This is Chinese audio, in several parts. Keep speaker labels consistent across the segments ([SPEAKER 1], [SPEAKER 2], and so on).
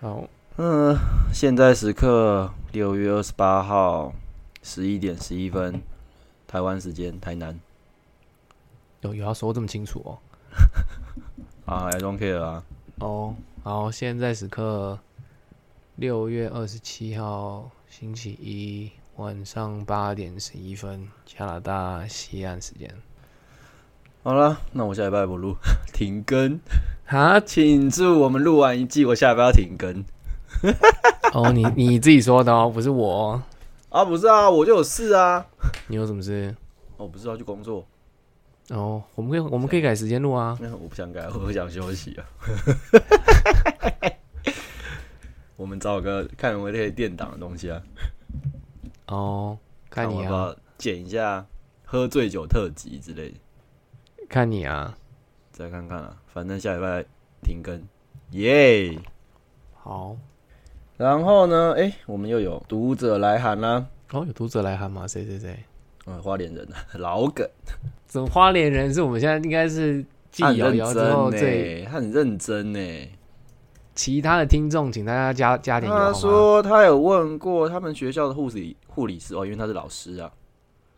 [SPEAKER 1] 好，
[SPEAKER 2] 嗯，现在时刻六月二十八号十一点十一分，台湾时间台南
[SPEAKER 1] 有有要说这么清楚哦。
[SPEAKER 2] 啊，I don't care 啊，
[SPEAKER 1] 哦，好，现在时刻六月二十七号星期一晚上八点十一分，加拿大西岸时间。
[SPEAKER 2] 好啦，那我下礼拜不录， 停更，
[SPEAKER 1] 哈
[SPEAKER 2] 请祝我们录完一季，我下礼拜要停更
[SPEAKER 1] 哦，你你自己说的哦，不是我哦。
[SPEAKER 2] 啊，不是啊，我就有事啊，
[SPEAKER 1] 你有什么事？
[SPEAKER 2] 我不是要去工作，
[SPEAKER 1] 哦，我们可以我们可以改时间录啊。
[SPEAKER 2] 那我不想改，我想休息啊。 我们找个看有没有可以垫档的东西啊，
[SPEAKER 1] 哦，看
[SPEAKER 2] 我
[SPEAKER 1] 你
[SPEAKER 2] 要不
[SPEAKER 1] 啊，
[SPEAKER 2] 要剪一下喝醉酒特辑之类的。
[SPEAKER 1] 看你啊。
[SPEAKER 2] 再看看啊，反正下礼拜停更，耶、
[SPEAKER 1] 好，
[SPEAKER 2] 然后呢，哎、我们又有读者来函啦、
[SPEAKER 1] 哦，有读者来函吗？谁谁谁？
[SPEAKER 2] 嗯，花莲人啊， 老梗，
[SPEAKER 1] 怎么花莲人是我们现在应该是继
[SPEAKER 2] 啊他很
[SPEAKER 1] 瑶
[SPEAKER 2] 认
[SPEAKER 1] 瑶之后
[SPEAKER 2] 真欸
[SPEAKER 1] 最
[SPEAKER 2] 呢，他很认真欸呢。
[SPEAKER 1] 其他的听众，请大家加加点油好
[SPEAKER 2] 他
[SPEAKER 1] 吗？
[SPEAKER 2] 说他有问过他们学校的护理护理师哦，因为他是老师啊，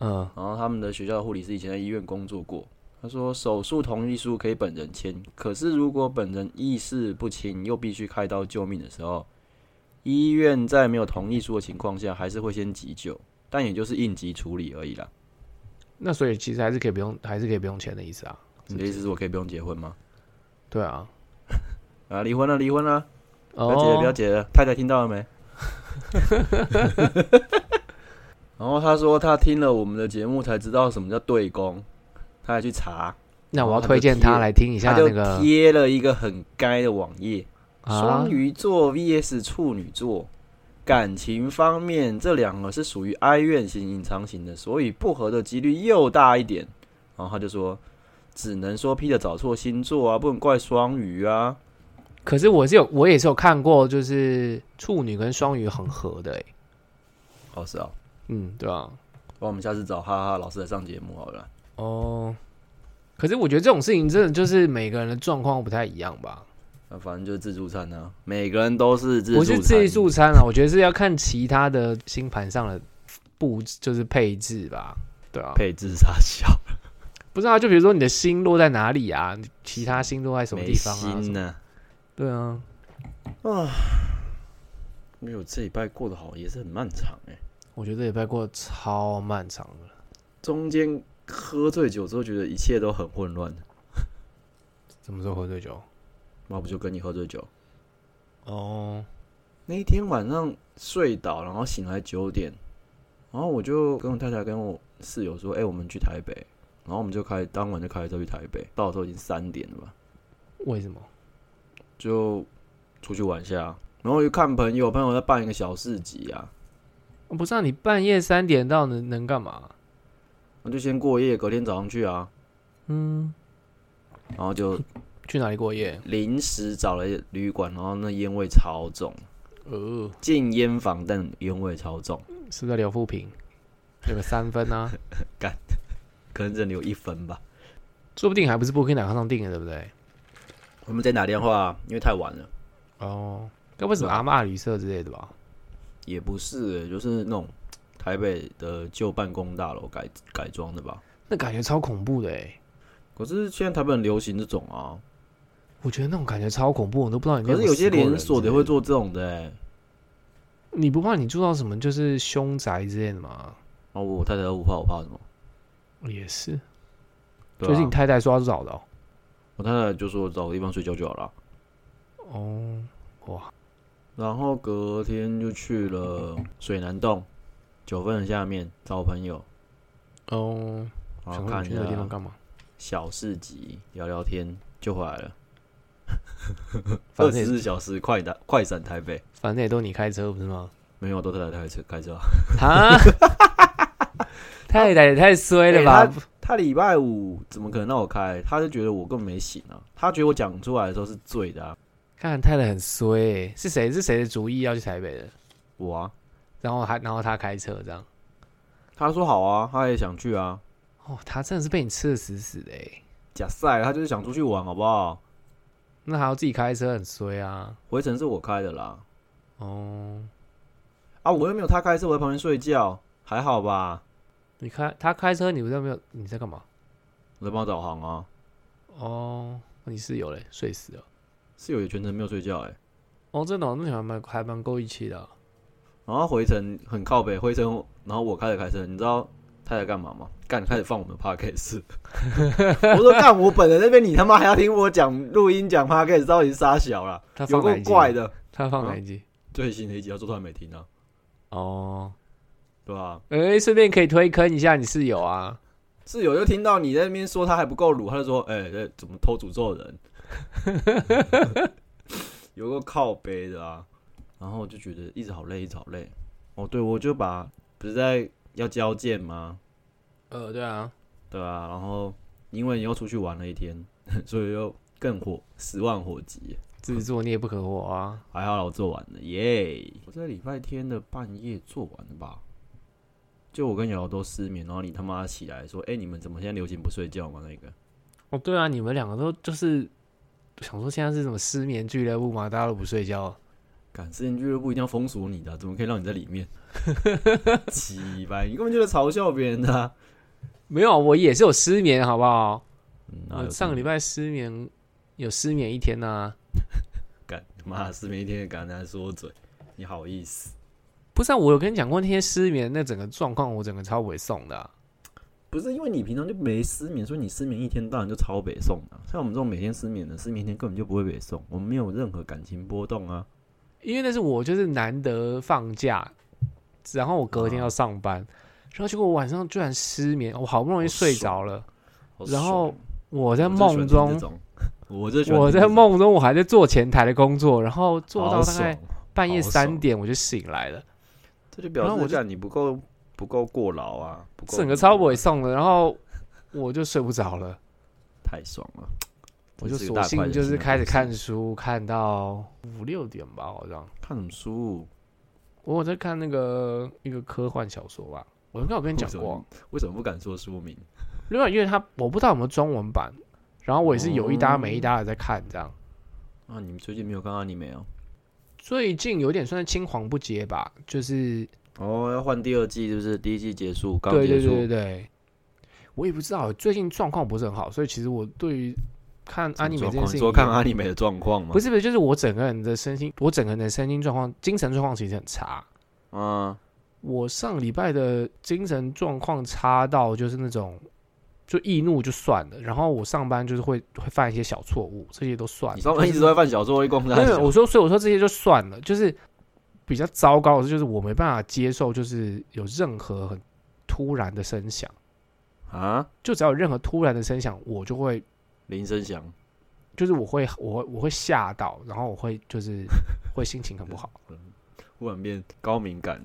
[SPEAKER 1] 嗯，
[SPEAKER 2] 然后他们的学校的护理师以前在医院工作过。他说手术同意书可以本人签，可是如果本人意识不清又必须开刀救命的时候，医院在没有同意书的情况下，还是会先急救，但也就是应急处理而已啦。
[SPEAKER 1] 那所以其实还是可以不用，还是可以不用钱的意思啊。
[SPEAKER 2] 你的意思是我可以不用结婚吗？
[SPEAKER 1] 对啊，
[SPEAKER 2] 啊，离婚了，离婚了，不
[SPEAKER 1] 哦，
[SPEAKER 2] 要结了，不要结了。太太听到了没？然后他说他听了我们的节目才知道什么叫对公，他还去查，
[SPEAKER 1] 那我要推荐他来听一下
[SPEAKER 2] 他就
[SPEAKER 1] 那个
[SPEAKER 2] 贴了一个很该的网页，
[SPEAKER 1] 啊
[SPEAKER 2] 双，鱼座 VS 处女座，感情方面这两个是属于哀怨型、隐藏型的，所以不合的几率又大一点。然后他就说，只能说 P 的找错星座啊，不能怪双鱼啊。
[SPEAKER 1] 可是我是有，我也是有看过，就是处女跟双鱼很合的、欸，
[SPEAKER 2] 好是啊，
[SPEAKER 1] 嗯，对啊，
[SPEAKER 2] 那我们下次找哈哈老师来上节目好了啦。
[SPEAKER 1] 哦，可是我觉得这种事情真的就是每个人的状况不太一样吧。
[SPEAKER 2] 那反正就是自助餐啊，每个人都是自助
[SPEAKER 1] 不是
[SPEAKER 2] 餐。
[SPEAKER 1] 自助餐啊，我觉得是要看其他的星盘上的布置，就是配置吧。对啊，
[SPEAKER 2] 配置傻笑，
[SPEAKER 1] 不是啊，就比如说你的心落在哪里啊，你其他星落在什么
[SPEAKER 2] 没
[SPEAKER 1] 地方啊？什
[SPEAKER 2] 心
[SPEAKER 1] 么
[SPEAKER 2] 呢、
[SPEAKER 1] 对啊，
[SPEAKER 2] 没有这礼拜过得好也是很漫长哎、
[SPEAKER 1] 我觉得这礼拜过得超漫长的，
[SPEAKER 2] 中间喝醉酒之后觉得一切都很混乱，
[SPEAKER 1] 什么时候喝醉酒？
[SPEAKER 2] 那不就跟你喝醉酒？
[SPEAKER 1] 哦，
[SPEAKER 2] 那一天晚上睡倒，然后醒来九点，然后我就跟我太太跟我室友说：“哎、我们去台北。”然后我们就开当晚就开车去台北，到的时候已经三点了吧，
[SPEAKER 1] 为什么？
[SPEAKER 2] 就出去玩一下，然后又看朋友，朋友在办一个小市集啊，
[SPEAKER 1] 哦不是啊，你半夜三点到能能干嘛？
[SPEAKER 2] 我就先过夜，隔天早上去啊，
[SPEAKER 1] 嗯，
[SPEAKER 2] 然后就
[SPEAKER 1] 去哪里过夜？
[SPEAKER 2] 临时找了旅馆，然后那烟味超重，
[SPEAKER 1] 呃，
[SPEAKER 2] 禁烟房，但烟味超重，
[SPEAKER 1] 是不是在刘富平？有个三分啊，
[SPEAKER 2] 可能只留一分吧。
[SPEAKER 1] 说不定还不是 Booking 哪上订的，对不对？
[SPEAKER 2] 我们再打电话，因为太晚了。
[SPEAKER 1] 哦，该不会什么阿嬷旅社之类的吧？
[SPEAKER 2] 也不是欸、就是那种台北的旧办公大楼改改装的吧。
[SPEAKER 1] 那感觉超恐怖的哎，
[SPEAKER 2] 可是现在台北很流行这种啊，
[SPEAKER 1] 我觉得那种感觉超恐怖，我都不知道你。
[SPEAKER 2] 可是有些连锁的会，做这种的、欸。
[SPEAKER 1] 你不怕你住到什么就是凶宅之类的吗？
[SPEAKER 2] 然后我太太都不怕，我怕什么？
[SPEAKER 1] 也是，
[SPEAKER 2] 对
[SPEAKER 1] 就
[SPEAKER 2] 啊
[SPEAKER 1] 是你太太说要找的哦。
[SPEAKER 2] 我太太就说找个地方睡觉就好了。
[SPEAKER 1] 哦，哇，
[SPEAKER 2] 然后隔天就去了水南洞九份的下面找我朋友，
[SPEAKER 1] 哦，
[SPEAKER 2] 然后
[SPEAKER 1] 想
[SPEAKER 2] 看
[SPEAKER 1] 看
[SPEAKER 2] 一
[SPEAKER 1] 去那个地方
[SPEAKER 2] 下
[SPEAKER 1] 干嘛？
[SPEAKER 2] 小市集，聊聊天就回来了。
[SPEAKER 1] 反正
[SPEAKER 2] 二十
[SPEAKER 1] 也
[SPEAKER 2] 四小时快打快闪台北，
[SPEAKER 1] 反正也都你开车不是吗？
[SPEAKER 2] 没有，都太太开车开车啊。
[SPEAKER 1] 啊， 太太也太衰了
[SPEAKER 2] 哎
[SPEAKER 1] 吧
[SPEAKER 2] 他？他礼拜五怎么可能让我开？他就觉得我根本没醒啊，他觉得我讲出来的时候是醉的啊，
[SPEAKER 1] 看太太很衰欸，是谁是谁的主意要去台北的？
[SPEAKER 2] 我啊，
[SPEAKER 1] 然后还然后他开车这样，
[SPEAKER 2] 他说好啊，他也想去啊，
[SPEAKER 1] 哦，他真的是被你吃的死死的哎。
[SPEAKER 2] 假赛，他就是想出去玩，好不好？
[SPEAKER 1] 那还要自己开车，很衰啊。
[SPEAKER 2] 回程是我开的啦。
[SPEAKER 1] 哦，
[SPEAKER 2] 啊，我又没有他开车，我在旁边睡觉，还好吧？
[SPEAKER 1] 你开他开车，你不知道没有？你在干嘛？
[SPEAKER 2] 我在帮我导航啊。
[SPEAKER 1] 哦，那你室友嘞，睡死了。
[SPEAKER 2] 室友也全程没有睡觉哎、
[SPEAKER 1] 哦，真的哦、那你还蛮还蛮够义气的啊、
[SPEAKER 2] 然后回程很靠北，回程然后我开着开车，你知道他在干嘛吗？干开始放我们 的 podcast，我说干我本人那边你他妈还要听我讲录音讲 podcast，到底是傻小啦，
[SPEAKER 1] 他放
[SPEAKER 2] 有够
[SPEAKER 1] 哪一集？啊
[SPEAKER 2] 怪的。啊
[SPEAKER 1] 他放哪一集？
[SPEAKER 2] 最新的一集他说他还没听啊，
[SPEAKER 1] 哦，
[SPEAKER 2] 对吧、
[SPEAKER 1] 哎、顺便可以推坑一下你室友啊。
[SPEAKER 2] 室友就听到你在那边说他还不够卤，他就说：“哎、这怎么偷诅咒人？” 有个靠背的啊，然后我就觉得一直好累，一直好累。哦，对，我就把不是在要交剑吗？
[SPEAKER 1] 呃，对啊，
[SPEAKER 2] 对啊，然后因为你又出去玩了一天， 所以又更火，十万火急。
[SPEAKER 1] 自作孽不可活啊。
[SPEAKER 2] 还好啦我做完了，耶、我在礼拜天的半夜做完的吧。就我跟瑶瑶都失眠，然后你他妈起来说：“哎、你们怎么现在流行不睡觉吗？”那个。
[SPEAKER 1] 哦，对啊，你们两个都就是想说现在是什么失眠俱乐部嘛，大家都不睡觉。
[SPEAKER 2] 敢之前俱乐部一定要封锁你的啊、怎么可以让你在里面？ 奇白，你根本就是嘲笑别人的啊、
[SPEAKER 1] 没有，我也是有失眠，好不好？
[SPEAKER 2] 嗯哪有
[SPEAKER 1] 我上个礼拜失眠，有失眠一天呐、啊
[SPEAKER 2] 敢妈是每天敢拿来说嘴，你好意思？
[SPEAKER 1] 不是啊，我有跟你讲过那天失眠那整个状况，我整个超委送的啊、
[SPEAKER 2] 不是因为你平常就没失眠，所以你失眠一天当然就超北宋啊。像我们这种每天失眠的，失眠一天根本就不会北宋，我们没有任何感情波动啊。
[SPEAKER 1] 因为那是我就是难得放假，然后我隔天要上班，然后结果我晚上居然失眠，我好不容易睡着了，
[SPEAKER 2] 好
[SPEAKER 1] 然后
[SPEAKER 2] 爽
[SPEAKER 1] 我在梦中，，
[SPEAKER 2] 我就 喜欢听这种我就
[SPEAKER 1] 我
[SPEAKER 2] 喜欢听
[SPEAKER 1] 在
[SPEAKER 2] 这种
[SPEAKER 1] 梦中我还在做前台的工作，然后做到
[SPEAKER 2] 好
[SPEAKER 1] 大概
[SPEAKER 2] 爽
[SPEAKER 1] 半夜
[SPEAKER 2] 好
[SPEAKER 1] 三
[SPEAKER 2] 爽
[SPEAKER 1] 点我就醒来了。
[SPEAKER 2] 这就
[SPEAKER 1] 然
[SPEAKER 2] 表
[SPEAKER 1] 后我
[SPEAKER 2] 示
[SPEAKER 1] 就
[SPEAKER 2] 在你不够不够过劳啊，不够
[SPEAKER 1] 整个超不会送的，然后我就睡不着了，
[SPEAKER 2] 太爽了。
[SPEAKER 1] 我就
[SPEAKER 2] 真是
[SPEAKER 1] 索
[SPEAKER 2] 个大快
[SPEAKER 1] 性
[SPEAKER 2] 人
[SPEAKER 1] 就
[SPEAKER 2] 心
[SPEAKER 1] 是
[SPEAKER 2] 的
[SPEAKER 1] 开始
[SPEAKER 2] 东西
[SPEAKER 1] 看书，看到五六点吧，好像
[SPEAKER 2] 看什么书？
[SPEAKER 1] 我有在看那个一个科幻小说吧，我应该有跟你讲
[SPEAKER 2] 为什
[SPEAKER 1] 过
[SPEAKER 2] 么，为什么不敢说书名？
[SPEAKER 1] 因为因为它我不知道有没有中文版，然后我也是有一搭没一搭的在看这样。
[SPEAKER 2] 啊，你们最近没有看阿哦尼没有？
[SPEAKER 1] 最近有点算是青黄不接吧，就是
[SPEAKER 2] 哦，要换第二季是不是？第一季结束，刚
[SPEAKER 1] 对
[SPEAKER 2] 结
[SPEAKER 1] 对
[SPEAKER 2] 束。
[SPEAKER 1] 对对对，我也不知道最近状况不是很好，所以其实我对于看阿尼美
[SPEAKER 2] 什
[SPEAKER 1] 这件
[SPEAKER 2] 么状况
[SPEAKER 1] 事情
[SPEAKER 2] 你说看
[SPEAKER 1] 也
[SPEAKER 2] 阿尼美的状况吗？
[SPEAKER 1] 不
[SPEAKER 2] 是，
[SPEAKER 1] 是不是，就是我整个人的身心，我整个人的身心状况、精神状况其实很差。
[SPEAKER 2] 嗯，
[SPEAKER 1] 我上礼拜的精神状况差到就是那种，就易怒就算了，然后我上班就是会会犯一些小错误，这些都算了。
[SPEAKER 2] 你上
[SPEAKER 1] 就是
[SPEAKER 2] 班一直都在犯小说，一公
[SPEAKER 1] 没有没有，
[SPEAKER 2] 司
[SPEAKER 1] 我说所以我说这些就算了，就是比较糟糕的是，就是我没办法接受，就是有任何很突然的声响，
[SPEAKER 2] 啊，
[SPEAKER 1] 就只要有任何突然的声响，我就会
[SPEAKER 2] 铃声响，
[SPEAKER 1] 就是我会我会我会吓到，然后我会就是会心情很不好。
[SPEAKER 2] 忽然变高敏感 了。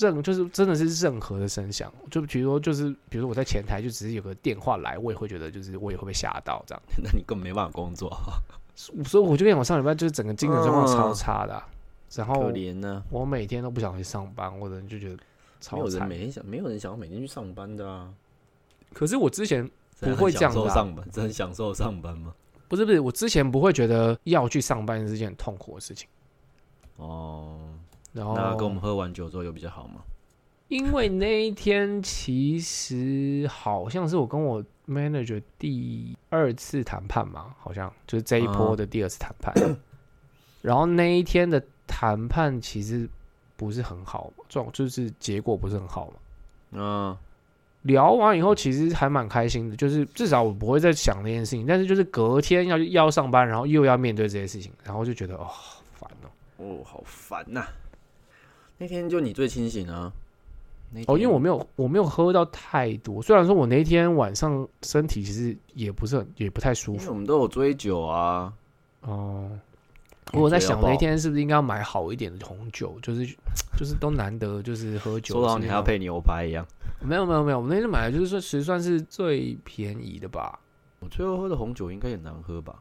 [SPEAKER 1] 任就是真的是任何的声响，就比如说就是比如说我在前台就只是有个电话来，我也会觉得就是我也会被吓到这样，
[SPEAKER 2] 那你根本没办法工作，
[SPEAKER 1] 所以我就跟你讲我上礼拜就是整个精神状况超差的啊、然
[SPEAKER 2] 嗯可
[SPEAKER 1] 后
[SPEAKER 2] 怜呢、
[SPEAKER 1] 我每天都不想去上班，我人就觉得
[SPEAKER 2] 没有
[SPEAKER 1] 超
[SPEAKER 2] 人
[SPEAKER 1] 惨
[SPEAKER 2] 每。天想，没有人想要每天去上班的啊。
[SPEAKER 1] 可是我之前
[SPEAKER 2] 真的
[SPEAKER 1] 不会
[SPEAKER 2] 很
[SPEAKER 1] 这样
[SPEAKER 2] 享
[SPEAKER 1] 子啊
[SPEAKER 2] 受上班，真的很享受上班吗？
[SPEAKER 1] 不是不是，我之前不会觉得要去上班是件很痛苦的事情，
[SPEAKER 2] 哦，
[SPEAKER 1] 然
[SPEAKER 2] 那跟我们
[SPEAKER 1] 后
[SPEAKER 2] 喝完酒之后有比较好吗？
[SPEAKER 1] 因为那一天其实好像是我跟我 manager 第二次谈判嘛，好像就是这一波
[SPEAKER 2] 嗯
[SPEAKER 1] 的第二次谈判。然后那一天的谈判其实不是很好，状就是结果不是很好嘛。
[SPEAKER 2] 嗯，
[SPEAKER 1] 聊完以后，其实还蛮开心的，就是至少我不会再想那件事情。但是就是隔天要要上班，然后又要面对这些事情，然后就觉得哦，好烦哦。
[SPEAKER 2] 哦，好烦呐、那天就你最清醒啊。那
[SPEAKER 1] 哦，
[SPEAKER 2] 天
[SPEAKER 1] 因为我没有我没有喝到太多，虽然说我那天晚上身体其实也不是很也不太舒
[SPEAKER 2] 因为
[SPEAKER 1] 服
[SPEAKER 2] 我们都有追酒啊。
[SPEAKER 1] 哦。
[SPEAKER 2] 嗯
[SPEAKER 1] 我在
[SPEAKER 2] 觉得
[SPEAKER 1] 想
[SPEAKER 2] 要爆
[SPEAKER 1] 那天是不是应该要买好一点的红酒，就是就是都难得就是喝酒，
[SPEAKER 2] 说到你还要
[SPEAKER 1] 是
[SPEAKER 2] 配牛排一样。
[SPEAKER 1] 那种？没有没有没有，我那天买的就是说其实算是最便宜的吧。
[SPEAKER 2] 我最后喝的红酒应该也难喝吧？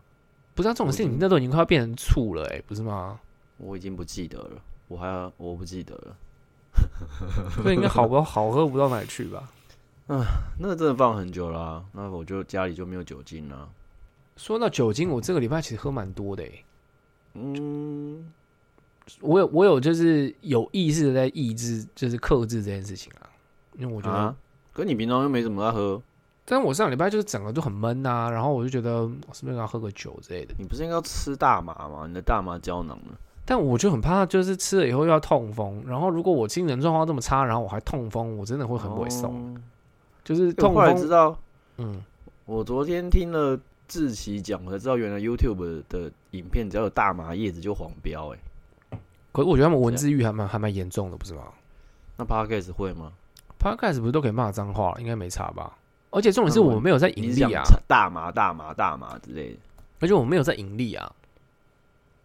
[SPEAKER 1] 不知道这种事
[SPEAKER 2] 嗯
[SPEAKER 1] 情，那都已经快要变成醋了、欸，哎，不是吗？
[SPEAKER 2] 我已经不记得了，我还要我不记得了。
[SPEAKER 1] 所以应该好 不好喝不到哪里去吧？
[SPEAKER 2] 啊那真的放很久啦、那我就家里就没有酒精啦、啊
[SPEAKER 1] 说到酒精，我这个礼拜其实喝蛮多的诶、
[SPEAKER 2] 嗯，
[SPEAKER 1] 我有我有就是有意识的在抑制，就是克制这件事情啊，因为我觉得，
[SPEAKER 2] 啊，可你平常又没怎么在喝，
[SPEAKER 1] 但我上礼拜就是整个就很闷呐、然后我就觉得嗯我是不是要喝个酒之类的，
[SPEAKER 2] 你不是应该要吃大麻吗？你的大麻胶囊呢？
[SPEAKER 1] 但我就很怕就是吃了以后又要痛风，然后如果我精神状况这么差，然后我还痛风，我真的会很猥琐，
[SPEAKER 2] 哦
[SPEAKER 1] 就是
[SPEAKER 2] 我
[SPEAKER 1] 痛
[SPEAKER 2] 后来知
[SPEAKER 1] 风，
[SPEAKER 2] 道，
[SPEAKER 1] 嗯，
[SPEAKER 2] 我昨天听了志奇讲，我才知道原来 YouTube 的影片只要有大麻叶子就黄标、欸，哎，
[SPEAKER 1] 可是我觉得他们文字狱还蛮还蛮严重的，不是吗
[SPEAKER 2] 嗯那 Podcast 会吗？
[SPEAKER 1] ？Podcast 不是都可以骂脏话，应该没差吧？而且重点是
[SPEAKER 2] 那
[SPEAKER 1] 我
[SPEAKER 2] 我
[SPEAKER 1] 们没有在
[SPEAKER 2] 你
[SPEAKER 1] 盈
[SPEAKER 2] 是讲
[SPEAKER 1] 利啊，
[SPEAKER 2] 大麻、大麻、大麻之类的？
[SPEAKER 1] 而且我们没有在盈利啊，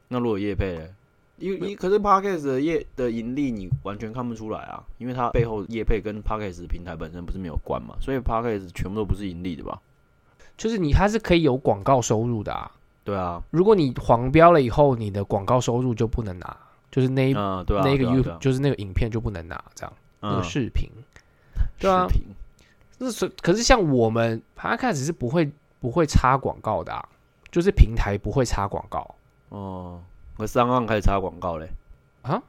[SPEAKER 2] 那如果叶配嘞？因为你可是 Podcast 的业的盈利你完全看不出来啊，因为它背后业配跟 Podcast 平台本身不是没有关嘛，所以 Podcast 全部都不是盈利的吧？
[SPEAKER 1] 就是你它是可以有广告收入的啊。
[SPEAKER 2] 对啊，
[SPEAKER 1] 如果你黄标了以后，你的广告收入就不能拿，就是那一、
[SPEAKER 2] 嗯，对啊，
[SPEAKER 1] 那个
[SPEAKER 2] 对啊
[SPEAKER 1] U、
[SPEAKER 2] 对啊
[SPEAKER 1] 就是那个影片就不能拿这样，那
[SPEAKER 2] 嗯
[SPEAKER 1] 个视频。对啊
[SPEAKER 2] 视频
[SPEAKER 1] 那是可是像我们 Podcast 是不会不会插广告的、啊，就是平台不会插广告。
[SPEAKER 2] 哦，我上岸开始插广告嘞
[SPEAKER 1] 啊，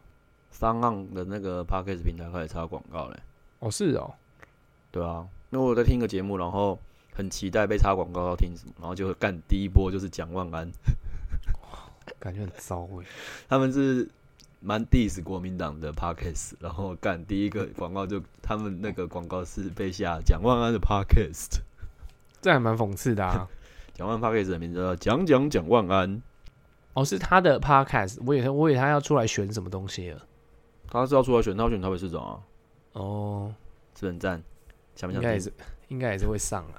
[SPEAKER 2] 上岸的那个 Podcast 平台开始插广告嘞，
[SPEAKER 1] 哦，是哦，
[SPEAKER 2] 对啊，那我在听个节目，然后很期待被插广告要听什么，然后就会干第一波就是蒋万安，
[SPEAKER 1] 感觉很糟哎。
[SPEAKER 2] 他们是蛮 diss 国民党的 podcast，然后干第一 个广告就他们那个广告是被下蒋万安的 podcast，
[SPEAKER 1] 这还蛮讽刺的啊！
[SPEAKER 2] 蒋万 podcast 的名字叫蒋蒋蒋万安，
[SPEAKER 1] 哦，是他的 podcast，我以为我以为他要出来选什么东西了。
[SPEAKER 2] 他是要出来选，他要选台北市长啊，
[SPEAKER 1] 哦，
[SPEAKER 2] 是不是很赞？想不
[SPEAKER 1] 应
[SPEAKER 2] 想
[SPEAKER 1] 该也
[SPEAKER 2] 听？
[SPEAKER 1] 是，应该也是会上啊。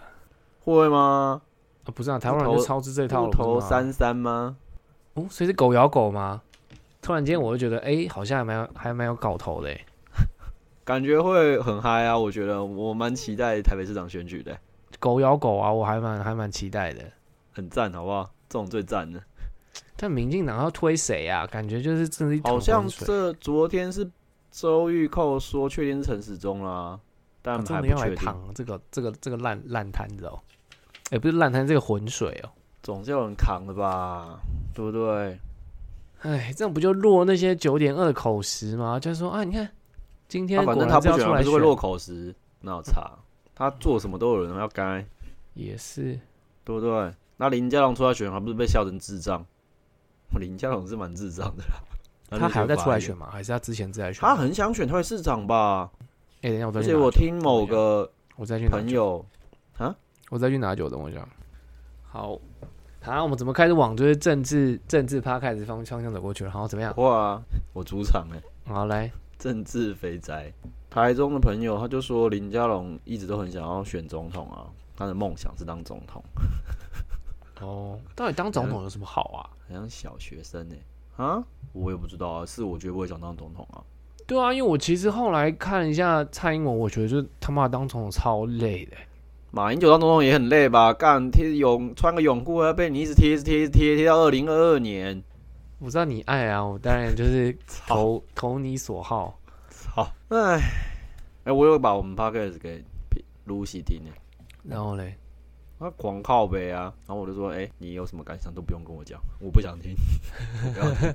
[SPEAKER 2] 会吗？
[SPEAKER 1] 啊，不是啊，台湾人
[SPEAKER 2] 不
[SPEAKER 1] 就
[SPEAKER 2] 投
[SPEAKER 1] 超支这套了，
[SPEAKER 2] 不投
[SPEAKER 1] 不是吗
[SPEAKER 2] 三三吗？
[SPEAKER 1] 哦，所以是狗咬狗吗？突然间我就觉得，哎、好像还蛮有还蛮有搞头的欸。
[SPEAKER 2] 感觉会很嗨啊！我觉得我蛮期待台北市长选举的，
[SPEAKER 1] 狗咬狗啊，我还蛮还蛮期待的。
[SPEAKER 2] 很赞，好不好？这种最赞的。
[SPEAKER 1] 但民进党要推谁啊？感觉就是真是一
[SPEAKER 2] 好
[SPEAKER 1] 桶
[SPEAKER 2] 像
[SPEAKER 1] 浑水
[SPEAKER 2] 这昨天是周玉蔻说确定是陈时中啦，但
[SPEAKER 1] 啊真
[SPEAKER 2] 还
[SPEAKER 1] 的
[SPEAKER 2] 不
[SPEAKER 1] 要来
[SPEAKER 2] 确定。
[SPEAKER 1] 躺这个这个这个烂烂摊子哦，哎、不是烂摊，这个浑水哦。
[SPEAKER 2] 总是有人扛的吧，对不对？
[SPEAKER 1] 哎，这样不就落那些九点二的口实吗？就是说啊，你看今天
[SPEAKER 2] 他啊反
[SPEAKER 1] 果
[SPEAKER 2] 正他
[SPEAKER 1] 然
[SPEAKER 2] 不
[SPEAKER 1] 是要
[SPEAKER 2] 选，
[SPEAKER 1] 出
[SPEAKER 2] 不
[SPEAKER 1] 来
[SPEAKER 2] 是会落口实，那有差。他做什么都有人要该，
[SPEAKER 1] 也是
[SPEAKER 2] 对不对？那林佳龙出来选，还不是被笑成智障？林佳龙是蛮智障的啦。
[SPEAKER 1] 他还要再
[SPEAKER 2] 在
[SPEAKER 1] 出来选，吗？还是他之前自来选？
[SPEAKER 2] 他很想选台北市长吧？
[SPEAKER 1] 哎、等一下我再
[SPEAKER 2] 而
[SPEAKER 1] 去
[SPEAKER 2] 且
[SPEAKER 1] 拿
[SPEAKER 2] 我
[SPEAKER 1] 酒
[SPEAKER 2] 听某个
[SPEAKER 1] 我再去拿
[SPEAKER 2] 朋
[SPEAKER 1] 酒，
[SPEAKER 2] 友，
[SPEAKER 1] 我再去拿酒，等我一下。好，好、我们怎么开始往就是政治政治趴开始方方向走过去了？好，怎么样？
[SPEAKER 2] 哇，我主场哎、
[SPEAKER 1] 好，来，
[SPEAKER 2] 政治肥宅。台中的朋友他就说林佳龙一直都很想要选总统啊，他的梦想是当总统，
[SPEAKER 1] 哦，到底当总统有什么好啊？
[SPEAKER 2] 好像小学生呢、啊，我也不知道啊，是我绝不会想当总统啊。
[SPEAKER 1] 对啊，因为我其实后来看一下蔡英文，我觉得就是他妈当总统超累的欸、
[SPEAKER 2] 马英九当总统也很累吧？干贴泳穿个泳裤还要被你一直贴一直贴一直贴贴到二零二二年，
[SPEAKER 1] 我知道你爱啊，我当然就是 投投你所好。
[SPEAKER 2] 好，哎，哎、我有把我们 podcast 给 Lucy 听呢、欸
[SPEAKER 1] 然后嘞，
[SPEAKER 2] 他狂靠呗啊，然后我就说，哎、你有什么感想都不用跟我讲，我不想 听。我不要听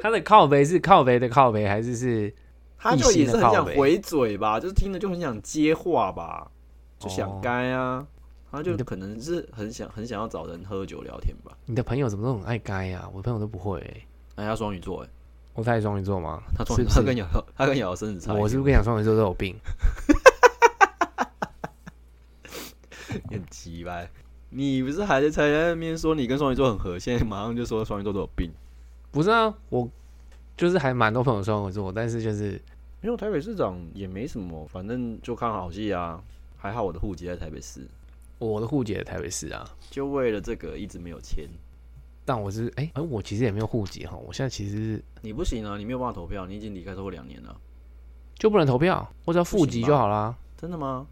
[SPEAKER 1] 他的靠背是靠背的靠背，还是是
[SPEAKER 2] 他就也是很想回嘴吧，就是听了就很想接话吧，就
[SPEAKER 1] 哦
[SPEAKER 2] 想该啊。他就
[SPEAKER 1] 你的
[SPEAKER 2] 可能是很想很想要找人喝酒聊天吧。
[SPEAKER 1] 你的朋友怎么都很爱该啊？我的朋友都不会欸、
[SPEAKER 2] 哎，他双鱼座，哎，
[SPEAKER 1] 我太哦双鱼座吗？
[SPEAKER 2] 他双
[SPEAKER 1] 是
[SPEAKER 2] 鱼
[SPEAKER 1] 不
[SPEAKER 2] 他跟
[SPEAKER 1] 是？
[SPEAKER 2] 瑶瑶 他跟瑶瑶生日差一点，
[SPEAKER 1] 我是不是跟你讲双鱼座都有病？
[SPEAKER 2] 你很奇怪？你不是还在才在那边说你跟双鱼座很合，现在马上就说双鱼座都有病。
[SPEAKER 1] 不是啊，我就是还蛮多朋友双鱼座，但是就是
[SPEAKER 2] 没有台北市长也没什么，反正就看好戏啊。还好我的户籍在台北市，
[SPEAKER 1] 我的户籍在台北市啊，
[SPEAKER 2] 就为了这个一直没有签。
[SPEAKER 1] 但我是哎、哎，我其实也没有户籍哈，我现在其实是
[SPEAKER 2] 你不行啊，你没有办法投票，你已经离开超过两年了。
[SPEAKER 1] 就不能投票，我只要户籍就好啦，
[SPEAKER 2] 真的吗？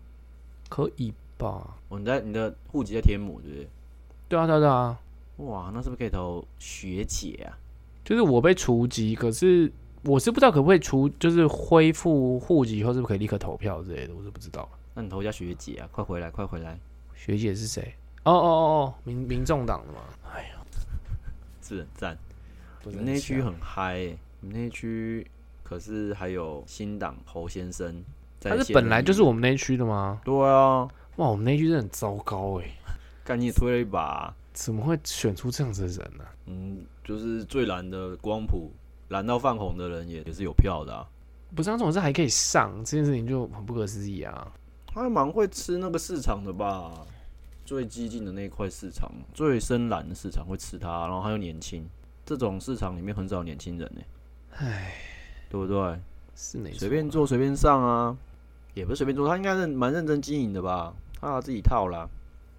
[SPEAKER 1] 可以吧？
[SPEAKER 2] 哦，你在你的户籍在天母，对不对？
[SPEAKER 1] 对啊，对啊，对啊，
[SPEAKER 2] 哇，那是不是可以投学姐啊？
[SPEAKER 1] 就是我被除籍，可是我是不知道可不可以除，就是恢复户籍以后是不是可以立刻投票之类的，我是不知道。
[SPEAKER 2] 那你投一下学姐啊，快回来，快回来！
[SPEAKER 1] 学姐是谁？哦哦哦哦，民民众党的嘛，
[SPEAKER 2] 是很赞。
[SPEAKER 1] 不
[SPEAKER 2] 你
[SPEAKER 1] 是啊
[SPEAKER 2] 们哎那一区
[SPEAKER 1] 像
[SPEAKER 2] 很嗨、欸，你们那一区可是还有新党侯先生在
[SPEAKER 1] 他是
[SPEAKER 2] 现
[SPEAKER 1] 本来
[SPEAKER 2] 任
[SPEAKER 1] 就是
[SPEAKER 2] 议员
[SPEAKER 1] 我们那一区的吗？
[SPEAKER 2] 对啊，
[SPEAKER 1] 哇，我们那一区真的很糟糕哎、
[SPEAKER 2] 干你也推了一把啊、
[SPEAKER 1] 怎么会选出这样子的人呢、
[SPEAKER 2] 嗯，就是最蓝的光谱，蓝到泛红的人也也是有票的、啊，
[SPEAKER 1] 不是，他总是还可以上，这件事情就很不可思议啊！
[SPEAKER 2] 他还蛮会吃那个市场的吧？最激进的那一块市场，最深蓝的市场会吃它，然后他又年轻，这种市场里面很少年轻人呢、欸对不对？
[SPEAKER 1] 是没错
[SPEAKER 2] 随便做随便上啊，也不是随便做，他应该是蛮认真经营的吧？他拿自己套啦，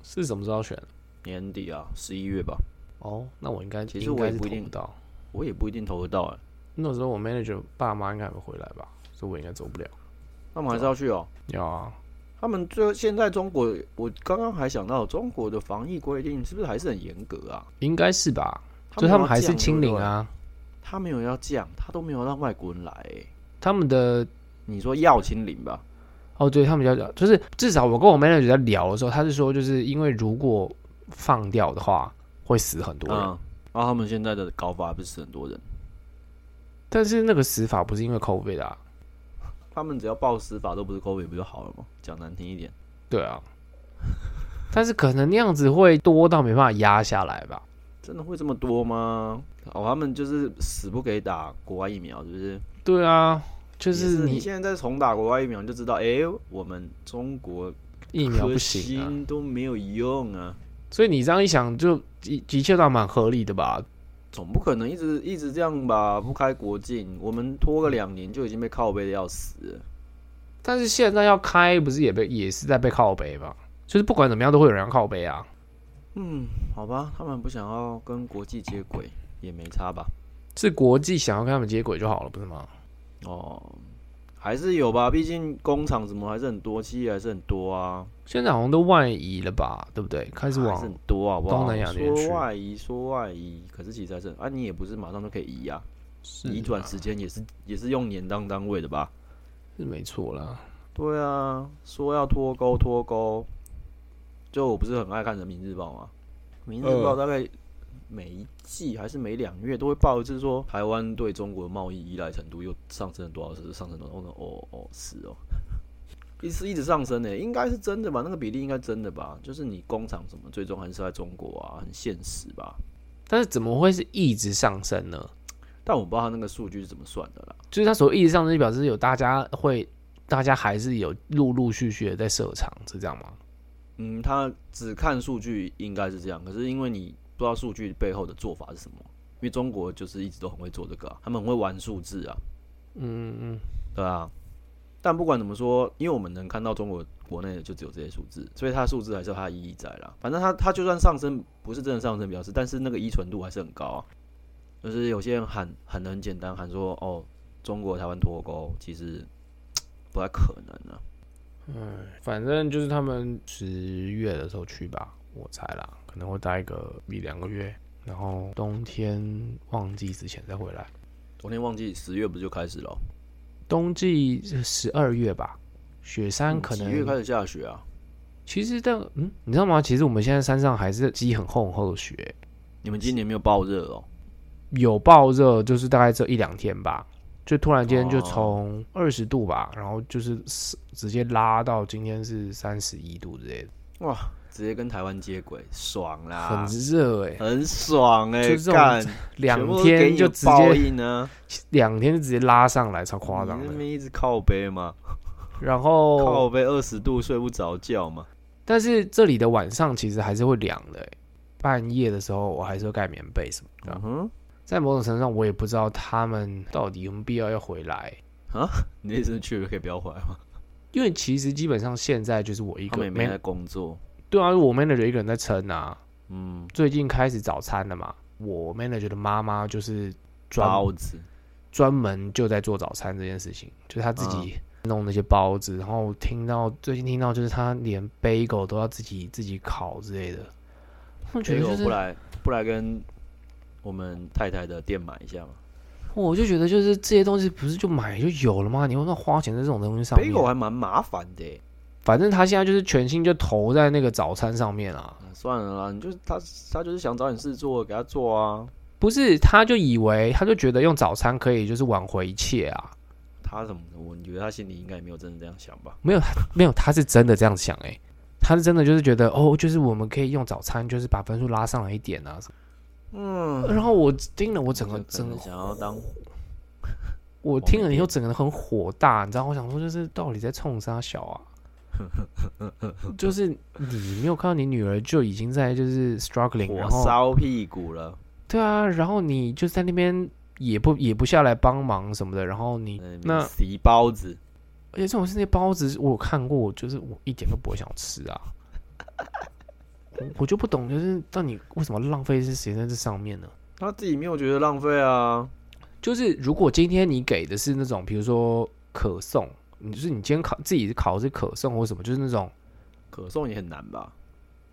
[SPEAKER 1] 是什么时候选？
[SPEAKER 2] 年底啊，十一月吧，
[SPEAKER 1] 哦，那我应该
[SPEAKER 2] 其实
[SPEAKER 1] 应
[SPEAKER 2] 我
[SPEAKER 1] 该
[SPEAKER 2] 也
[SPEAKER 1] 是
[SPEAKER 2] 不
[SPEAKER 1] 投
[SPEAKER 2] 一定
[SPEAKER 1] 不到。
[SPEAKER 2] 我也不一定投得到哎、
[SPEAKER 1] 那时候我 manager 爸妈应该还没回来吧，所以我应该走不了。
[SPEAKER 2] 那我们还是要去哦、
[SPEAKER 1] 要啊，
[SPEAKER 2] 他们最现在中国，我刚刚还想到中国的防疫规定是不是还是很严格啊？
[SPEAKER 1] 应该是吧？就
[SPEAKER 2] 没有
[SPEAKER 1] 他们
[SPEAKER 2] 要
[SPEAKER 1] 还是
[SPEAKER 2] 降
[SPEAKER 1] 清零，
[SPEAKER 2] 对不对
[SPEAKER 1] 啊，
[SPEAKER 2] 他没有要降，他都没有让外国人来、欸
[SPEAKER 1] 他们的
[SPEAKER 2] 你说要清零吧？
[SPEAKER 1] 哦，对他们比较就是至少我跟我 manager 在聊的时候，他是说就是因为如果放掉的话会死很多
[SPEAKER 2] 嗯，
[SPEAKER 1] 人，
[SPEAKER 2] 然、后他们现在的搞法还不是死很多人，
[SPEAKER 1] 但是那个死法不是因为 COVID 啊，
[SPEAKER 2] 他们只要报死法都不是 COVID 不就好了吗？讲难听一点，
[SPEAKER 1] 对啊， 但是可能那样子会多到没办法压下来吧。
[SPEAKER 2] 真的会这么多吗？哦，他们就是死不给打国外疫苗，是不是？
[SPEAKER 1] 对啊，就
[SPEAKER 2] 就是你
[SPEAKER 1] 你
[SPEAKER 2] 现在在重打国外疫苗，你就知道，哎、我们中国
[SPEAKER 1] 疫苗
[SPEAKER 2] 科
[SPEAKER 1] 不行啊，
[SPEAKER 2] 兴都没有用啊。
[SPEAKER 1] 所以你这样一想就的的确倒蛮合理的吧？
[SPEAKER 2] 总不可能一直一直这样吧？不开国境，我们拖个两年就已经被靠背的要死了。
[SPEAKER 1] 但是现在要开，不是也被也是在被靠背吧？就是不管怎么样都会有人要靠背啊。
[SPEAKER 2] 嗯，好吧，他们不想要跟国际接轨，也没差吧？
[SPEAKER 1] 是国际想要跟他们接轨就好了，不是吗？
[SPEAKER 2] 哦，还是有吧，毕竟工厂什么还是很多，企业还是很多啊，
[SPEAKER 1] 现在好像都外移了吧，对不对？开始
[SPEAKER 2] 还是
[SPEAKER 1] 往
[SPEAKER 2] 很多好不好？
[SPEAKER 1] 东南亚那边去
[SPEAKER 2] 说外移，说外移，可是其实还是很啊，你也不是马上就可以移啊，移转时间也是也是用年当单位的吧？
[SPEAKER 1] 是没错啦。
[SPEAKER 2] 对啊，说要脱钩脱钩，就我不是很爱看人民日报嘛，人民日报大概每一季还是每两月都会报一次说台湾对中国贸易依赖程度又上升了多少，是上升了多少？哦哦是哦， 一直一直上升欸呢，应该是真的吧？那个比例应该真的吧？就是你工厂什么最终还是在中国啊，很现实吧？
[SPEAKER 1] 但是怎么会是一直上升呢？
[SPEAKER 2] 但我不知道他那个数据是怎么算的啦。
[SPEAKER 1] 就是它所谓一直上升，就表示有大家会，大家还是有陆陆续续的在设厂，是这样吗？
[SPEAKER 2] 嗯，他只看数据应该是这样，可是因为你不知道数据背后的做法是什么，因为中国就是一直都很会做这个、啊，他们很会玩数字啊，
[SPEAKER 1] 嗯嗯，
[SPEAKER 2] 对啊。但不管怎么说，因为我们能看到中国国内的就只有这些数字，所以它的数字还是有它的意义在啦。反正它它就算上升，不是真的上升表示，但是那个依存度还是很高啊。就是有些人喊喊的很简单，喊说哦，中国台湾脱钩，其实不太可能啊。
[SPEAKER 1] 嗯反正就是他们十月的时候去吧，我猜啦，可能会待个一两个月，然后冬天旺季之前再回来。
[SPEAKER 2] 昨天忘记十月不是就开始了哦、
[SPEAKER 1] 冬季十二月吧，雪山
[SPEAKER 2] 嗯
[SPEAKER 1] 可
[SPEAKER 2] 几月
[SPEAKER 1] 能、
[SPEAKER 2] 开始下雪啊？
[SPEAKER 1] 其实但嗯，你知道吗？其实我们现在山上还是积很厚很厚的雪，
[SPEAKER 2] 你们今年没有爆热哦？
[SPEAKER 1] 有爆热，就是大概这一两天吧，就突然间就
[SPEAKER 2] 哦
[SPEAKER 1] 从二十度吧，然后就是直接拉到今天是三十一度之类的，
[SPEAKER 2] 哇，直接跟台湾接轨，爽啦！
[SPEAKER 1] 很热哎、
[SPEAKER 2] 很爽哎、
[SPEAKER 1] 就
[SPEAKER 2] 欸，
[SPEAKER 1] 这种
[SPEAKER 2] 干
[SPEAKER 1] 两天就直接
[SPEAKER 2] 应呢，
[SPEAKER 1] 两天就直接拉上来，超 夸张哦
[SPEAKER 2] 你那
[SPEAKER 1] 的。
[SPEAKER 2] 边一直靠背嘛，
[SPEAKER 1] 然后，
[SPEAKER 2] 靠背二十度睡不着觉嘛。
[SPEAKER 1] 但是这里的晚上其实还是会凉的欸、半夜的时候我还是会盖棉被什么的。
[SPEAKER 2] 嗯哼，
[SPEAKER 1] 在某种程度上，我也不知道他们到底有没有必要要回来，
[SPEAKER 2] 你那次去了可以不要回来吗？
[SPEAKER 1] 因为其实基本上现在就是我一
[SPEAKER 2] 他们
[SPEAKER 1] 个
[SPEAKER 2] 也没在
[SPEAKER 1] 没
[SPEAKER 2] 工作，
[SPEAKER 1] 对啊，我 manager 一个人在撑啊。
[SPEAKER 2] 嗯，
[SPEAKER 1] 最近开始早餐了嘛，我 manager 的妈妈就是专
[SPEAKER 2] 包子，
[SPEAKER 1] 专门就在做早餐这件事情，就是她自
[SPEAKER 2] 嗯
[SPEAKER 1] 己弄那些包子，然后听到最近听到就是她连 bagel 都要自己自己烤之类的， 我觉
[SPEAKER 2] 结
[SPEAKER 1] 得就
[SPEAKER 2] 果哎不
[SPEAKER 1] 是
[SPEAKER 2] 来不来跟我们太太的店买一下嘛。
[SPEAKER 1] 我就觉得就是这些东西不是就买就有了吗？你为什么要花钱在这种东西上面？
[SPEAKER 2] 背狗还蛮麻烦的欸、
[SPEAKER 1] 反正他现在就是全心就投在那个早餐上面啊。
[SPEAKER 2] 算了啦，你就他他就是想找点事做，给他做啊。
[SPEAKER 1] 不是，他就以为他就觉得用早餐可以就是挽回一切啊，
[SPEAKER 2] 他怎么？我觉得他心里应该也没有真的这样想吧。
[SPEAKER 1] 没有他没有，他是真的这样想诶、欸他是真的就是觉得哦，就是我们可以用早餐就是把分数拉上来一点啊。
[SPEAKER 2] 嗯，
[SPEAKER 1] 然后我听了，我整个
[SPEAKER 2] 就可
[SPEAKER 1] 整
[SPEAKER 2] 能
[SPEAKER 1] 个
[SPEAKER 2] 想要当
[SPEAKER 1] 我听了以后整个人很火大，你知道，我想说就是到底在冲啥小 啊？就是你没有看到你女儿就已经在就是 struggling，然
[SPEAKER 2] 火
[SPEAKER 1] 后
[SPEAKER 2] 烧屁股了，
[SPEAKER 1] 对啊，然后你就在那边也不也不下来帮忙什么的，然后你
[SPEAKER 2] 在那
[SPEAKER 1] 那
[SPEAKER 2] 边呃洗包子，
[SPEAKER 1] 而且这种事情包子我有看过，就是我一点都不会想吃啊。我我就不懂，就是到底为什么浪费时间在这上面呢？
[SPEAKER 2] 他自己没有觉得浪费啊。
[SPEAKER 1] 就是如果今天你给的是那种，比如说可颂，你就是你今天考自己考的是可颂或什么，就是那种
[SPEAKER 2] 可颂也很难吧？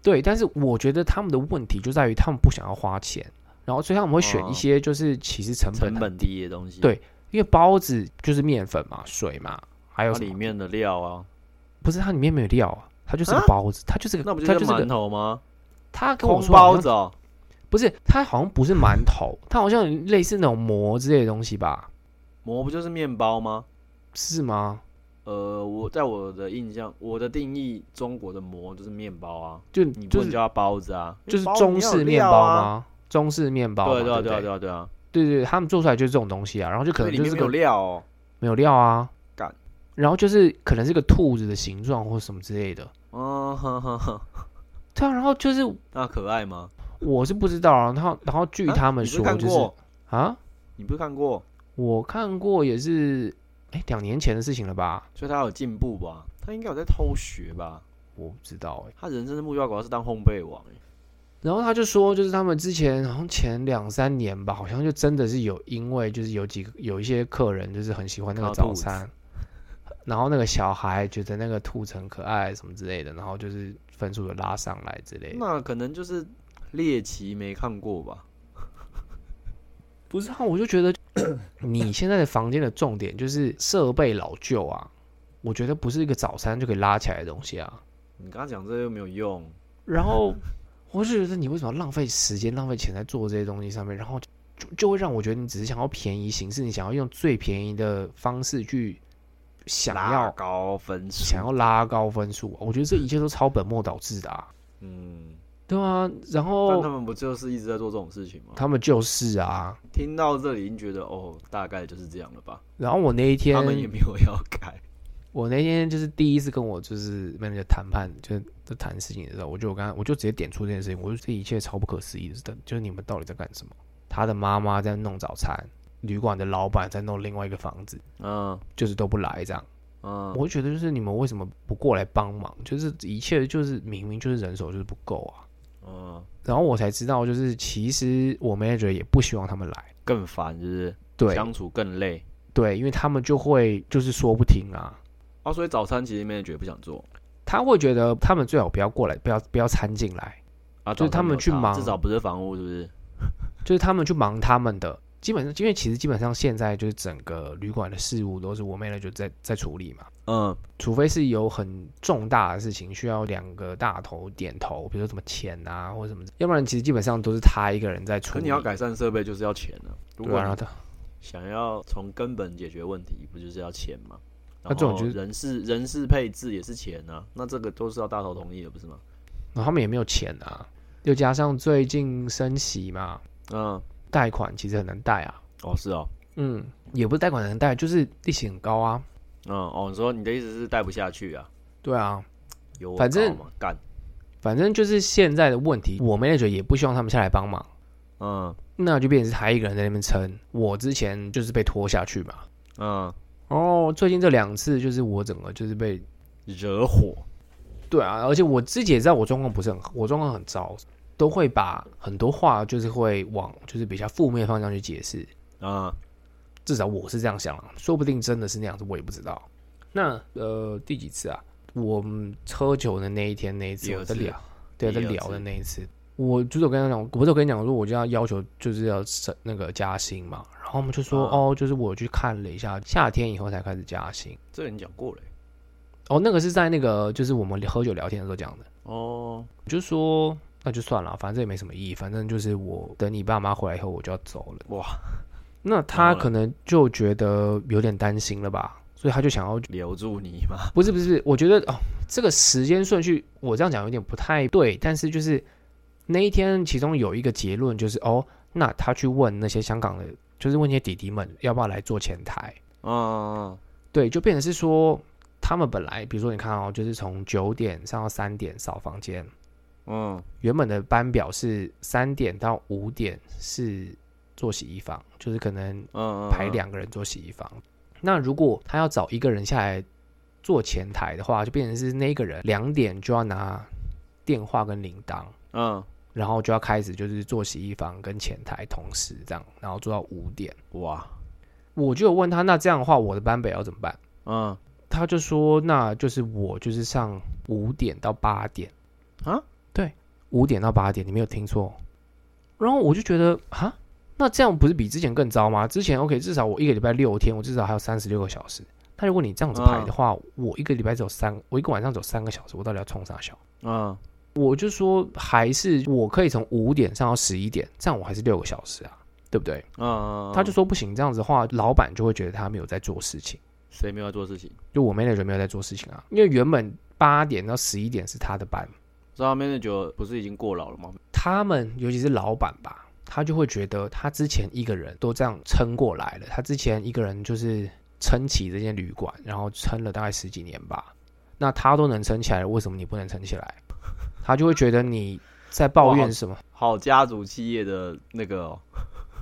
[SPEAKER 1] 对。但是我觉得他们的问题就在于他们不想要花钱，然后所以他们会选
[SPEAKER 2] 哦
[SPEAKER 1] 一些就是其实成本
[SPEAKER 2] 成本低的东西，
[SPEAKER 1] 对因为包子就是面粉嘛、水嘛，还有
[SPEAKER 2] 它
[SPEAKER 1] 什
[SPEAKER 2] 里
[SPEAKER 1] 么？
[SPEAKER 2] 面的料啊，
[SPEAKER 1] 不是它里面没有料啊，它就是个
[SPEAKER 2] 啊
[SPEAKER 1] 包子，它就是个
[SPEAKER 2] 那不
[SPEAKER 1] 它
[SPEAKER 2] 是
[SPEAKER 1] 就是
[SPEAKER 2] 馒
[SPEAKER 1] 个
[SPEAKER 2] 头吗？
[SPEAKER 1] 它跟我
[SPEAKER 2] 空
[SPEAKER 1] 说好
[SPEAKER 2] 包
[SPEAKER 1] 像
[SPEAKER 2] 子哦，
[SPEAKER 1] 不是它好像不是馒头，它好像类似那种馍之类的东西吧？
[SPEAKER 2] 馍不就是面包吗？
[SPEAKER 1] 是吗？
[SPEAKER 2] 呃，我在我的印象，我的定义，中国的馍就是面包啊，
[SPEAKER 1] 就
[SPEAKER 2] 你不
[SPEAKER 1] 就
[SPEAKER 2] 能
[SPEAKER 1] 是
[SPEAKER 2] 叫它包子啊，
[SPEAKER 1] 就是
[SPEAKER 2] 包子
[SPEAKER 1] 中
[SPEAKER 2] 你要
[SPEAKER 1] 式
[SPEAKER 2] 有
[SPEAKER 1] 面
[SPEAKER 2] 料
[SPEAKER 1] 包
[SPEAKER 2] 啊？
[SPEAKER 1] 吗？中式面包嘛，
[SPEAKER 2] 对
[SPEAKER 1] 对
[SPEAKER 2] 对啊
[SPEAKER 1] 不
[SPEAKER 2] 对啊对啊，
[SPEAKER 1] 对对，他们做出来就是这种东西啊，然后就可
[SPEAKER 2] 所
[SPEAKER 1] 能
[SPEAKER 2] 以里
[SPEAKER 1] 就
[SPEAKER 2] 面
[SPEAKER 1] 是
[SPEAKER 2] 没有
[SPEAKER 1] 个
[SPEAKER 2] 料哦。
[SPEAKER 1] 没有料啊
[SPEAKER 2] 干，
[SPEAKER 1] 然后就是可能是个兔子的形状或什么之类的。
[SPEAKER 2] 哦，呵呵呵
[SPEAKER 1] 对啊，然后就是
[SPEAKER 2] 那可爱吗？
[SPEAKER 1] 我是不知道啊，然后然后据
[SPEAKER 2] 啊
[SPEAKER 1] 他们
[SPEAKER 2] 你不是
[SPEAKER 1] 说
[SPEAKER 2] 看
[SPEAKER 1] 就是
[SPEAKER 2] 过，
[SPEAKER 1] 啊，
[SPEAKER 2] 你不是看过，
[SPEAKER 1] 我看过也是哎两年前的事情了吧？
[SPEAKER 2] 所以他有进步吧？他应该有在偷学吧？
[SPEAKER 1] 我不知道哎。
[SPEAKER 2] 他人生的目标搞要是当烘焙王、欸，
[SPEAKER 1] 然后他就说，就是他们之前好像前两三年吧，好像就真的是有因为就是有几个有一些客人就是很喜欢那个
[SPEAKER 2] 看到
[SPEAKER 1] 早
[SPEAKER 2] 兔子
[SPEAKER 1] 餐，然后那个小孩觉得那个兔子很可爱什么之类的，然后就是分数有拉上来之类的。
[SPEAKER 2] 那可能就是猎奇没看过吧？
[SPEAKER 1] 不是啊，我就觉得 你现在的房间的重点就是设备老旧啊，我觉得不是一个早餐就可以拉起来的东西啊。
[SPEAKER 2] 你刚刚讲这个又没有用，
[SPEAKER 1] 然 后我就觉得你为什么要浪费时间、浪费钱在做这些东西上面？然后就就就会让我觉得你只是想要便宜行事，你想要用最便宜的方式去想
[SPEAKER 2] 拉
[SPEAKER 1] 要
[SPEAKER 2] 高分数，
[SPEAKER 1] 想要拉高分数。我觉得这一切都超本末倒置的、啊，
[SPEAKER 2] 嗯，
[SPEAKER 1] 对啊。然
[SPEAKER 2] 但他
[SPEAKER 1] 后
[SPEAKER 2] 们不就是一直在做这种事情吗？
[SPEAKER 1] 他们就是啊。
[SPEAKER 2] 听到这里，已经觉得哦，大概就是这样了吧？
[SPEAKER 1] 然后我那一天
[SPEAKER 2] 他们也没有要改，
[SPEAKER 1] 我那天就是第一次跟我就是 manager 谈判，就是在谈事情的时候，我就我刚我就直接点出这件事情，我就这一切超不可思议的，是的就是你们到底在干什么？他的妈妈在弄早餐，旅馆的老板在弄另外一个房子，
[SPEAKER 2] 嗯
[SPEAKER 1] 就是都不来这样。
[SPEAKER 2] 嗯，
[SPEAKER 1] 我会觉得就是你们为什么不过来帮忙？就是一切就是明明就是人手就是不够啊。
[SPEAKER 2] 嗯，
[SPEAKER 1] 然后我才知道，就是其实我 manager 也不希望他们来，
[SPEAKER 2] 更烦，就是
[SPEAKER 1] 对
[SPEAKER 2] 相处更累。
[SPEAKER 1] 对，因为他们就会就是说不听啊。
[SPEAKER 2] 哦，所以早餐其实 manager 也不想做
[SPEAKER 1] 他会觉得他们最好不要过来，不要不要掺进来，
[SPEAKER 2] 啊，
[SPEAKER 1] 就是
[SPEAKER 2] 早餐
[SPEAKER 1] 他们
[SPEAKER 2] 没有
[SPEAKER 1] 去
[SPEAKER 2] 差
[SPEAKER 1] 忙
[SPEAKER 2] 至少不是房屋，是不是？
[SPEAKER 1] 就是他们去忙他们的。基本上，因为其实基本上现在就是整个旅馆的事务都是我 manager 在在处理嘛，
[SPEAKER 2] 嗯，
[SPEAKER 1] 除非是有很重大的事情需要两个大头点头，比如说什么钱啊或者什么，要不然其实基本上都是他一个人在处
[SPEAKER 2] 可
[SPEAKER 1] 理。
[SPEAKER 2] 你要改善设备就是要钱啊。如
[SPEAKER 1] 对
[SPEAKER 2] 果
[SPEAKER 1] 啊，然后
[SPEAKER 2] 你
[SPEAKER 1] 他
[SPEAKER 2] 想要从根本解决问题，不就是要钱吗？
[SPEAKER 1] 那这种
[SPEAKER 2] 然后
[SPEAKER 1] 就是
[SPEAKER 2] 人事人事配置也是钱啊，那这个都是要大头同意的，不是吗？
[SPEAKER 1] 然后他们也没有钱啊，又加上最近升息嘛，
[SPEAKER 2] 嗯，
[SPEAKER 1] 贷款其实很难贷啊，
[SPEAKER 2] 哦是哦，
[SPEAKER 1] 嗯，也不是贷款很难贷，就是利息很高啊，
[SPEAKER 2] 嗯哦，你说你的意思是贷不下去啊？
[SPEAKER 1] 对啊，
[SPEAKER 2] 有我
[SPEAKER 1] 反正
[SPEAKER 2] 高吗干，
[SPEAKER 1] 反正就是现在的问题，我 manager 也不希望他们下来帮忙。
[SPEAKER 2] 嗯
[SPEAKER 1] 那就变成是他一个人在那边撑。我之前就是被拖下去嘛，
[SPEAKER 2] 嗯，
[SPEAKER 1] 哦，最近这两次就是我整个就是被，
[SPEAKER 2] 惹火，
[SPEAKER 1] 对啊，而且我自己也知道我状况不是很，我状况很糟，都会把很多话就是会往就是比较负面的方向去解释，
[SPEAKER 2] 啊，
[SPEAKER 1] 至少我是这样想啊，说不定真的是那样子，我也不知道。那呃，第几次啊？我们喝酒的那一天，那一次
[SPEAKER 2] 第
[SPEAKER 1] 我
[SPEAKER 2] 二
[SPEAKER 1] 在
[SPEAKER 2] 次啊
[SPEAKER 1] 聊，对，
[SPEAKER 2] 第
[SPEAKER 1] 在
[SPEAKER 2] 二
[SPEAKER 1] 聊
[SPEAKER 2] 次
[SPEAKER 1] 的那一次，我就是我跟他讲，我不是我跟你讲说，我就要要求就是要升那个加薪嘛，然后我们就说、
[SPEAKER 2] 啊
[SPEAKER 1] 哦，就是我去看了一下，夏天以后才开始加薪。
[SPEAKER 2] 这个你讲过了欸、
[SPEAKER 1] 哦，那个是在那个就是我们喝酒聊天的时候讲的。
[SPEAKER 2] 哦，
[SPEAKER 1] 我就说那就算了，反正也没什么意义，反正就是我等你爸妈回来以后我就要走了。
[SPEAKER 2] 哇，
[SPEAKER 1] 那
[SPEAKER 2] 然
[SPEAKER 1] 他
[SPEAKER 2] 后嘞
[SPEAKER 1] 可能就觉得有点担心了吧，所以他就想要
[SPEAKER 2] 留住你嘛，
[SPEAKER 1] 不是不是，我觉得哦，这个时间顺序我这样讲有点不太对，但是就是那一天其中有一个结论就是哦，那他去问那些香港的，就是问那些弟弟们要不要来做前台，
[SPEAKER 2] 嗯，
[SPEAKER 1] 对，就变成是说他们本来比如说你看哦，就是从九点上到三点扫房间，
[SPEAKER 2] 嗯，
[SPEAKER 1] 原本的班表是三点到五点是做洗衣房，就是可能
[SPEAKER 2] 嗯嗯，
[SPEAKER 1] 排两个人做洗衣房。那如果他要找一个人下来做前台的话，就变成是那个人两点就要拿电话跟铃铛，
[SPEAKER 2] 嗯，
[SPEAKER 1] 然后就要开始就是做洗衣房跟前台同时这样，然后做到五点。
[SPEAKER 2] 哇，
[SPEAKER 1] 我就有问他，那这样的话我的班表要怎么办？
[SPEAKER 2] 嗯，
[SPEAKER 1] 他就说，那就是我就是上五点到八点
[SPEAKER 2] 啊，
[SPEAKER 1] 对，五点到八点，你没有听错。然后我就觉得啊，那这样不是比之前更糟吗？之前 OK，至少我一个礼拜六天，我至少还有三十六个小时。那如果你这样子排
[SPEAKER 2] 嗯
[SPEAKER 1] 的话，我一个礼拜只有三，我一个晚上只有三个小时，我到底要冲啥小？
[SPEAKER 2] 嗯，
[SPEAKER 1] 我就说还是我可以从五点上到十一点，这样我还是六个小时啊，对不对？
[SPEAKER 2] 嗯，
[SPEAKER 1] 他就说不行，这样子的话，老板就会觉得他没有在做事情。
[SPEAKER 2] 谁没有在做事情？
[SPEAKER 1] 就我 manager 没有在做事情啊，因为原本八点到十一点是他的班，
[SPEAKER 2] 知道 manager 不是已经过劳了吗？
[SPEAKER 1] 他们尤其是老板吧，他就会觉得他之前一个人都这样撑过来了，他之前一个人就是撑起这间旅馆，然后撑了大概十几年吧，那他都能撑起来了，为什么你不能撑起来？他就会觉得你在抱
[SPEAKER 2] 哇
[SPEAKER 1] 怨什么？
[SPEAKER 2] 好家族企业的那个哦、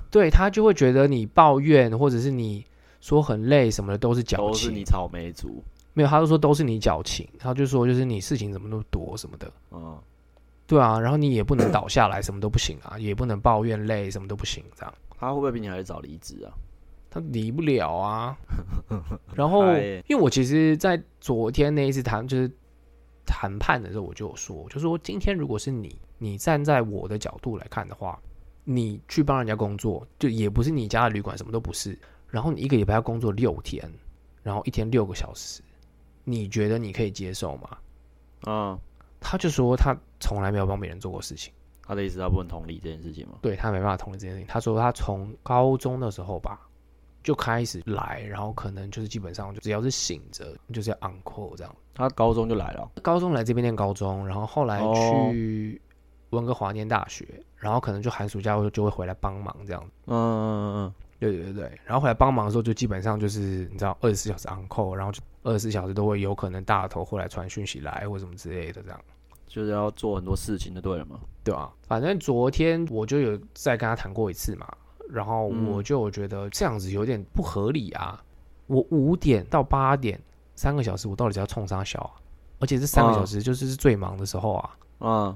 [SPEAKER 1] 对他就会觉得你抱怨或者是你说很累什么的都是矫
[SPEAKER 2] 都是
[SPEAKER 1] 情，
[SPEAKER 2] 你草莓族，
[SPEAKER 1] 没有，他就说都是你矫情，他就说就是你事情怎么那么多什么的。
[SPEAKER 2] 嗯，
[SPEAKER 1] 对啊，然后你也不能倒下来，什么都不行啊，也不能抱怨累，什么都不行，这样
[SPEAKER 2] 他会不会比你还早离职啊？
[SPEAKER 1] 他离不了啊。然后
[SPEAKER 2] 哎，
[SPEAKER 1] 因为我其实，在昨天那一次谈就是谈判的时候，我就有说，我就说今天如果是你，你站在我的角度来看的话，你去帮人家工作，就也不是你家的旅馆，什么都不是。然后你一个礼拜要工作六天，然后一天六个小时，你觉得你可以接受吗？
[SPEAKER 2] 嗯，
[SPEAKER 1] 他就说他从来没有帮别人做过事情。
[SPEAKER 2] 他的意思他不能同理这件事情吗？
[SPEAKER 1] 对他没办法同意这件事情。他说他从高中的时候吧就开始来，然后可能就是基本上就只要是醒着就是要 uncle 这样。
[SPEAKER 2] 他高中就来了哦，
[SPEAKER 1] 高中来这边念高中，然后后来
[SPEAKER 2] 哦
[SPEAKER 1] 去温哥华念大学，然后可能就寒暑假就就会回来帮忙这样。
[SPEAKER 2] 嗯嗯嗯
[SPEAKER 1] 对对对对，然后回来帮忙的时候就基本上就是你知道二十四小时 uncle，然后就二十四小时都会有可能大头会来传讯息来或什么之类的这样。
[SPEAKER 2] 嗯，就是要做很多事情就对了嘛。
[SPEAKER 1] 对啊，反正昨天我就有再跟他谈过一次嘛，然后
[SPEAKER 2] 嗯
[SPEAKER 1] 我就有觉得这样子有点不合理啊。我五点到八点三个小时，我到底是要冲啥小啊？而且这三个小
[SPEAKER 2] 啊
[SPEAKER 1] 时就是是最忙的时候啊。
[SPEAKER 2] 嗯，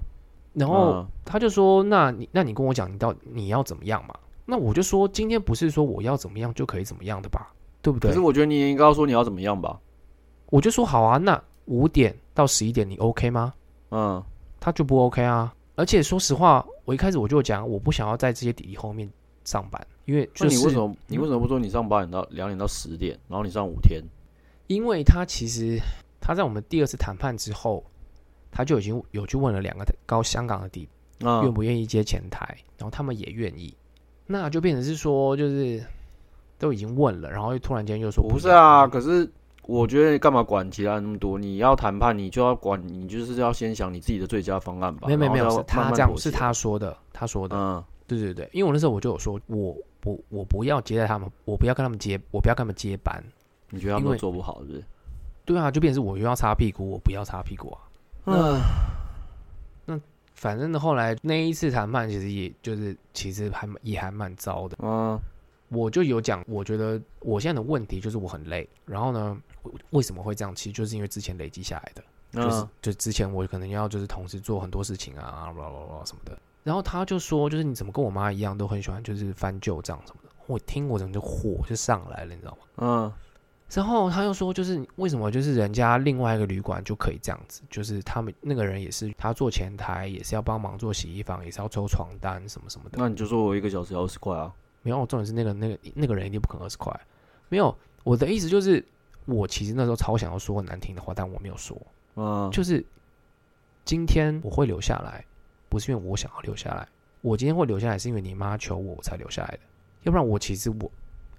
[SPEAKER 1] 然
[SPEAKER 2] 啊
[SPEAKER 1] 后他就说：“那你那你跟我讲，你到你要怎么样嘛？”那我就说：“今天不是说我要怎么样就可以怎么样的吧？对不
[SPEAKER 2] 可
[SPEAKER 1] 对
[SPEAKER 2] 是？”我觉得你也应该要说你要怎么样吧。
[SPEAKER 1] 我就说：“好啊，那五点到十一点你 OK 吗？”
[SPEAKER 2] 嗯，
[SPEAKER 1] 他就不 OK 啊。而且说实话，我一开始我就讲，我不想要在这些弟弟后面上班，因为
[SPEAKER 2] 那
[SPEAKER 1] 就
[SPEAKER 2] 你为什
[SPEAKER 1] 是
[SPEAKER 2] 么你为什么不说你上八点到两点到十点，然后你上五天？
[SPEAKER 1] 因为他其实他在我们第二次谈判之后，他就已经有去问了两个高香港的弟弟
[SPEAKER 2] 嗯
[SPEAKER 1] 愿不愿意接前台，然后他们也愿意，那就变成是说就是都已经问了，然后又突然间又说
[SPEAKER 2] 不是
[SPEAKER 1] 要
[SPEAKER 2] 啊，，可是我觉得你干嘛管其他人那么多？你要谈判，你就要管，你就是要先想你自己的最佳方案吧。
[SPEAKER 1] 没有没有没
[SPEAKER 2] 然
[SPEAKER 1] 有，
[SPEAKER 2] 后
[SPEAKER 1] 是
[SPEAKER 2] 再
[SPEAKER 1] 他
[SPEAKER 2] 慢慢
[SPEAKER 1] 这样
[SPEAKER 2] 妥
[SPEAKER 1] 是
[SPEAKER 2] 协。
[SPEAKER 1] 他说的，他说的，
[SPEAKER 2] 嗯
[SPEAKER 1] 对对对，因为我那时候我就有说，我不我不要接待他们，我不要跟他们接，我不要跟他们接班，
[SPEAKER 2] 你觉得他
[SPEAKER 1] 因
[SPEAKER 2] 们
[SPEAKER 1] 为
[SPEAKER 2] 都做不好是不是？
[SPEAKER 1] 对啊，就变成是我又要擦屁股，我不要擦屁股啊。那那反正后来那一次谈判，其实也就是其实还蛮也还蛮糟的。
[SPEAKER 2] 嗯
[SPEAKER 1] 我就有讲，我觉得我现在的问题就是我很累。然后呢，我为什么会这样？其实就是因为之前累积下来的，就是
[SPEAKER 2] 嗯
[SPEAKER 1] 就之前我可能要就是同时做很多事情啊，啦啦啦啦什么的。然后他就说，就是你怎么跟我妈一样，都很喜欢就是翻旧账什么的。我听我整个火就上来了，你知道吗？
[SPEAKER 2] 嗯
[SPEAKER 1] 然后他又说，就是为什么就是人家另外一个旅馆就可以这样子，就是他们那个人也是他做前台，也是要帮忙做洗衣房，也是要抽床单什么什么的。
[SPEAKER 2] 那你就说我一个小时二十块啊。
[SPEAKER 1] 没有，重点是那个那个那个人一定不肯二十块。没有，我的意思就是，我其实那时候超想要说很难听的话，但我没有说。
[SPEAKER 2] 嗯，
[SPEAKER 1] 就是今天我会留下来，不是因为我想要留下来，我今天会留下来是因为你妈求我我才留下来的，要不然我其实我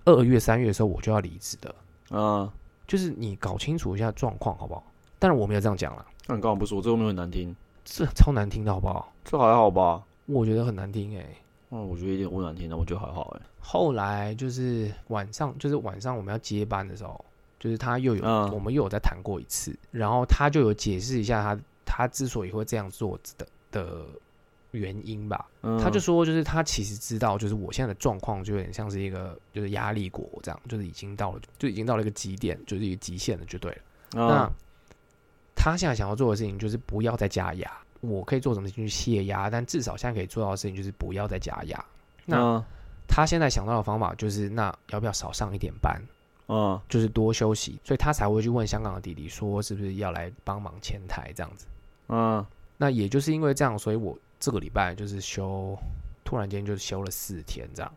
[SPEAKER 1] 二月三月的时候我就要离职的，
[SPEAKER 2] 啊，
[SPEAKER 1] 就是你搞清楚一下状况好不好？当然我没有这样讲啦，
[SPEAKER 2] 那你干嘛不说？这后面很难听，
[SPEAKER 1] 这超难听的好不好？
[SPEAKER 2] 这还好吧？
[SPEAKER 1] 我觉得很难听诶、欸
[SPEAKER 2] 嗯，我觉得一点不难听的，我觉得还好哎、
[SPEAKER 1] 后来就是晚上，就是晚上我们要接班的时候，就是他又有、
[SPEAKER 2] 嗯
[SPEAKER 1] 我们又有再谈过一次，然后他就有解释一下他他之所以会这样做的的原因吧。
[SPEAKER 2] 嗯，
[SPEAKER 1] 他就说，就是他其实知道，就是我现在的状况就有点像是一个就是压力果这样，就是已经到了就已经到了一个极点，就是一个极限了，就对了。那
[SPEAKER 2] 啊，
[SPEAKER 1] 他现在想要做的事情就是不要再加压。我可以做什么事情去泄压，但至少现在可以做到的事情就是不要再加压。那
[SPEAKER 2] 啊
[SPEAKER 1] 他现在想到的方法就是，那要不要少上一点班，
[SPEAKER 2] 啊
[SPEAKER 1] 就是多休息，所以他才会去问香港的弟弟说，是不是要来帮忙前台这样子。
[SPEAKER 2] 啊
[SPEAKER 1] 那也就是因为这样，所以我这个礼拜就是休，突然间就休了四天这样。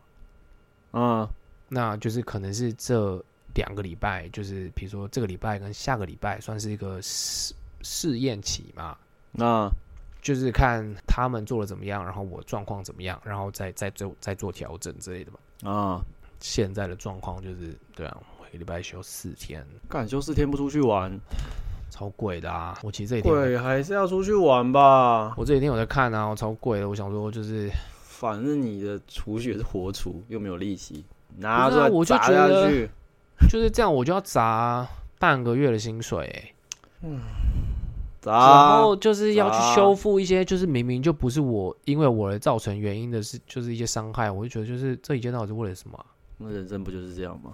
[SPEAKER 2] 啊
[SPEAKER 1] 那就是可能是这两个礼拜，就是比如说这个礼拜跟下个礼拜算是一个试试验期嘛，
[SPEAKER 2] 啊
[SPEAKER 1] 就是看他们做的怎么样，然后我状况怎么样，然后再再做再做调整之类的嘛。
[SPEAKER 2] 啊！
[SPEAKER 1] 现在的状况就是对啊，我一个礼拜休四天，
[SPEAKER 2] 干休四天不出去玩，
[SPEAKER 1] 超贵的啊！我其实这一天有
[SPEAKER 2] 贵还是要出去玩吧。
[SPEAKER 1] 我这几天有在看啊，我超贵的。我想说就是，
[SPEAKER 2] 反正你的储蓄也是活储，又没有利息，拿
[SPEAKER 1] 不
[SPEAKER 2] 出
[SPEAKER 1] 是啊
[SPEAKER 2] 来
[SPEAKER 1] 我就
[SPEAKER 2] 砸
[SPEAKER 1] 觉
[SPEAKER 2] 下
[SPEAKER 1] 得
[SPEAKER 2] 去。
[SPEAKER 1] 就是这样，我就要砸半个月的薪水、然
[SPEAKER 2] 砸
[SPEAKER 1] 后就是要去
[SPEAKER 2] 啊砸
[SPEAKER 1] 修复一些，就是明明就不是我因为我而造成原因的是，就是一些伤害，我就觉得就是这一切到底是为了什么啊、
[SPEAKER 2] 那人生不就是这样吗？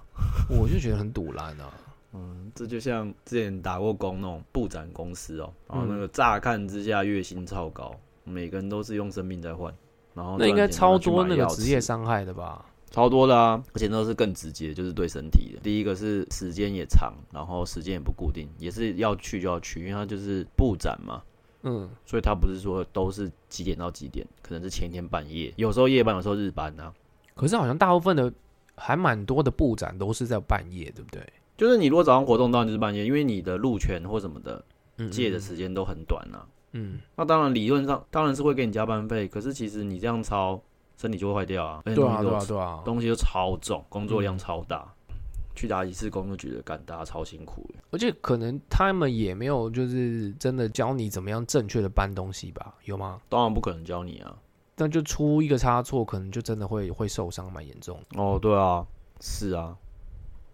[SPEAKER 1] 我就觉得很堵然 啊。
[SPEAKER 2] 嗯，这就像之前打过工那种布展公司哦，然后那
[SPEAKER 1] 嗯
[SPEAKER 2] 个乍看之下月薪超高，每个人都是用生命在换，然后
[SPEAKER 1] 那应该
[SPEAKER 2] 赚钱
[SPEAKER 1] 超
[SPEAKER 2] 拿去
[SPEAKER 1] 多
[SPEAKER 2] 买
[SPEAKER 1] 那个
[SPEAKER 2] 药
[SPEAKER 1] 职业
[SPEAKER 2] 吃
[SPEAKER 1] 伤害的吧？
[SPEAKER 2] 超多的啊，而且那是更直接，就是对身体的。第一个是时间也长，然后时间也不固定，也是要去就要去，因为它就是布展嘛，
[SPEAKER 1] 嗯，
[SPEAKER 2] 所以它不是说都是几点到几点，可能是前一天半夜，有时候夜班，有时候日班啊。
[SPEAKER 1] 可是好像大部分的还蛮多的布展都是在半夜，对不对？
[SPEAKER 2] 就是你如果早上活动，当然就是半夜，因为你的路权或什么的
[SPEAKER 1] 嗯，
[SPEAKER 2] 借的时间都很短啊。
[SPEAKER 1] 嗯，
[SPEAKER 2] 那当然，理论上当然是会给你加班费，可是其实你这样超，身体就会坏掉啊。而且
[SPEAKER 1] 对啊，
[SPEAKER 2] 东西都
[SPEAKER 1] 对啊，对啊。
[SPEAKER 2] 东西都超重，工作量
[SPEAKER 1] 嗯
[SPEAKER 2] 超大。去打一次工就觉得干，大家超辛苦的。
[SPEAKER 1] 而且可能他们也没有就是真的教你怎么样正确的搬东西吧？有吗？
[SPEAKER 2] 当然不可能教你啊。
[SPEAKER 1] 那就出一个差错，可能就真的会会受伤蛮严重的。
[SPEAKER 2] 哦，对啊，是啊。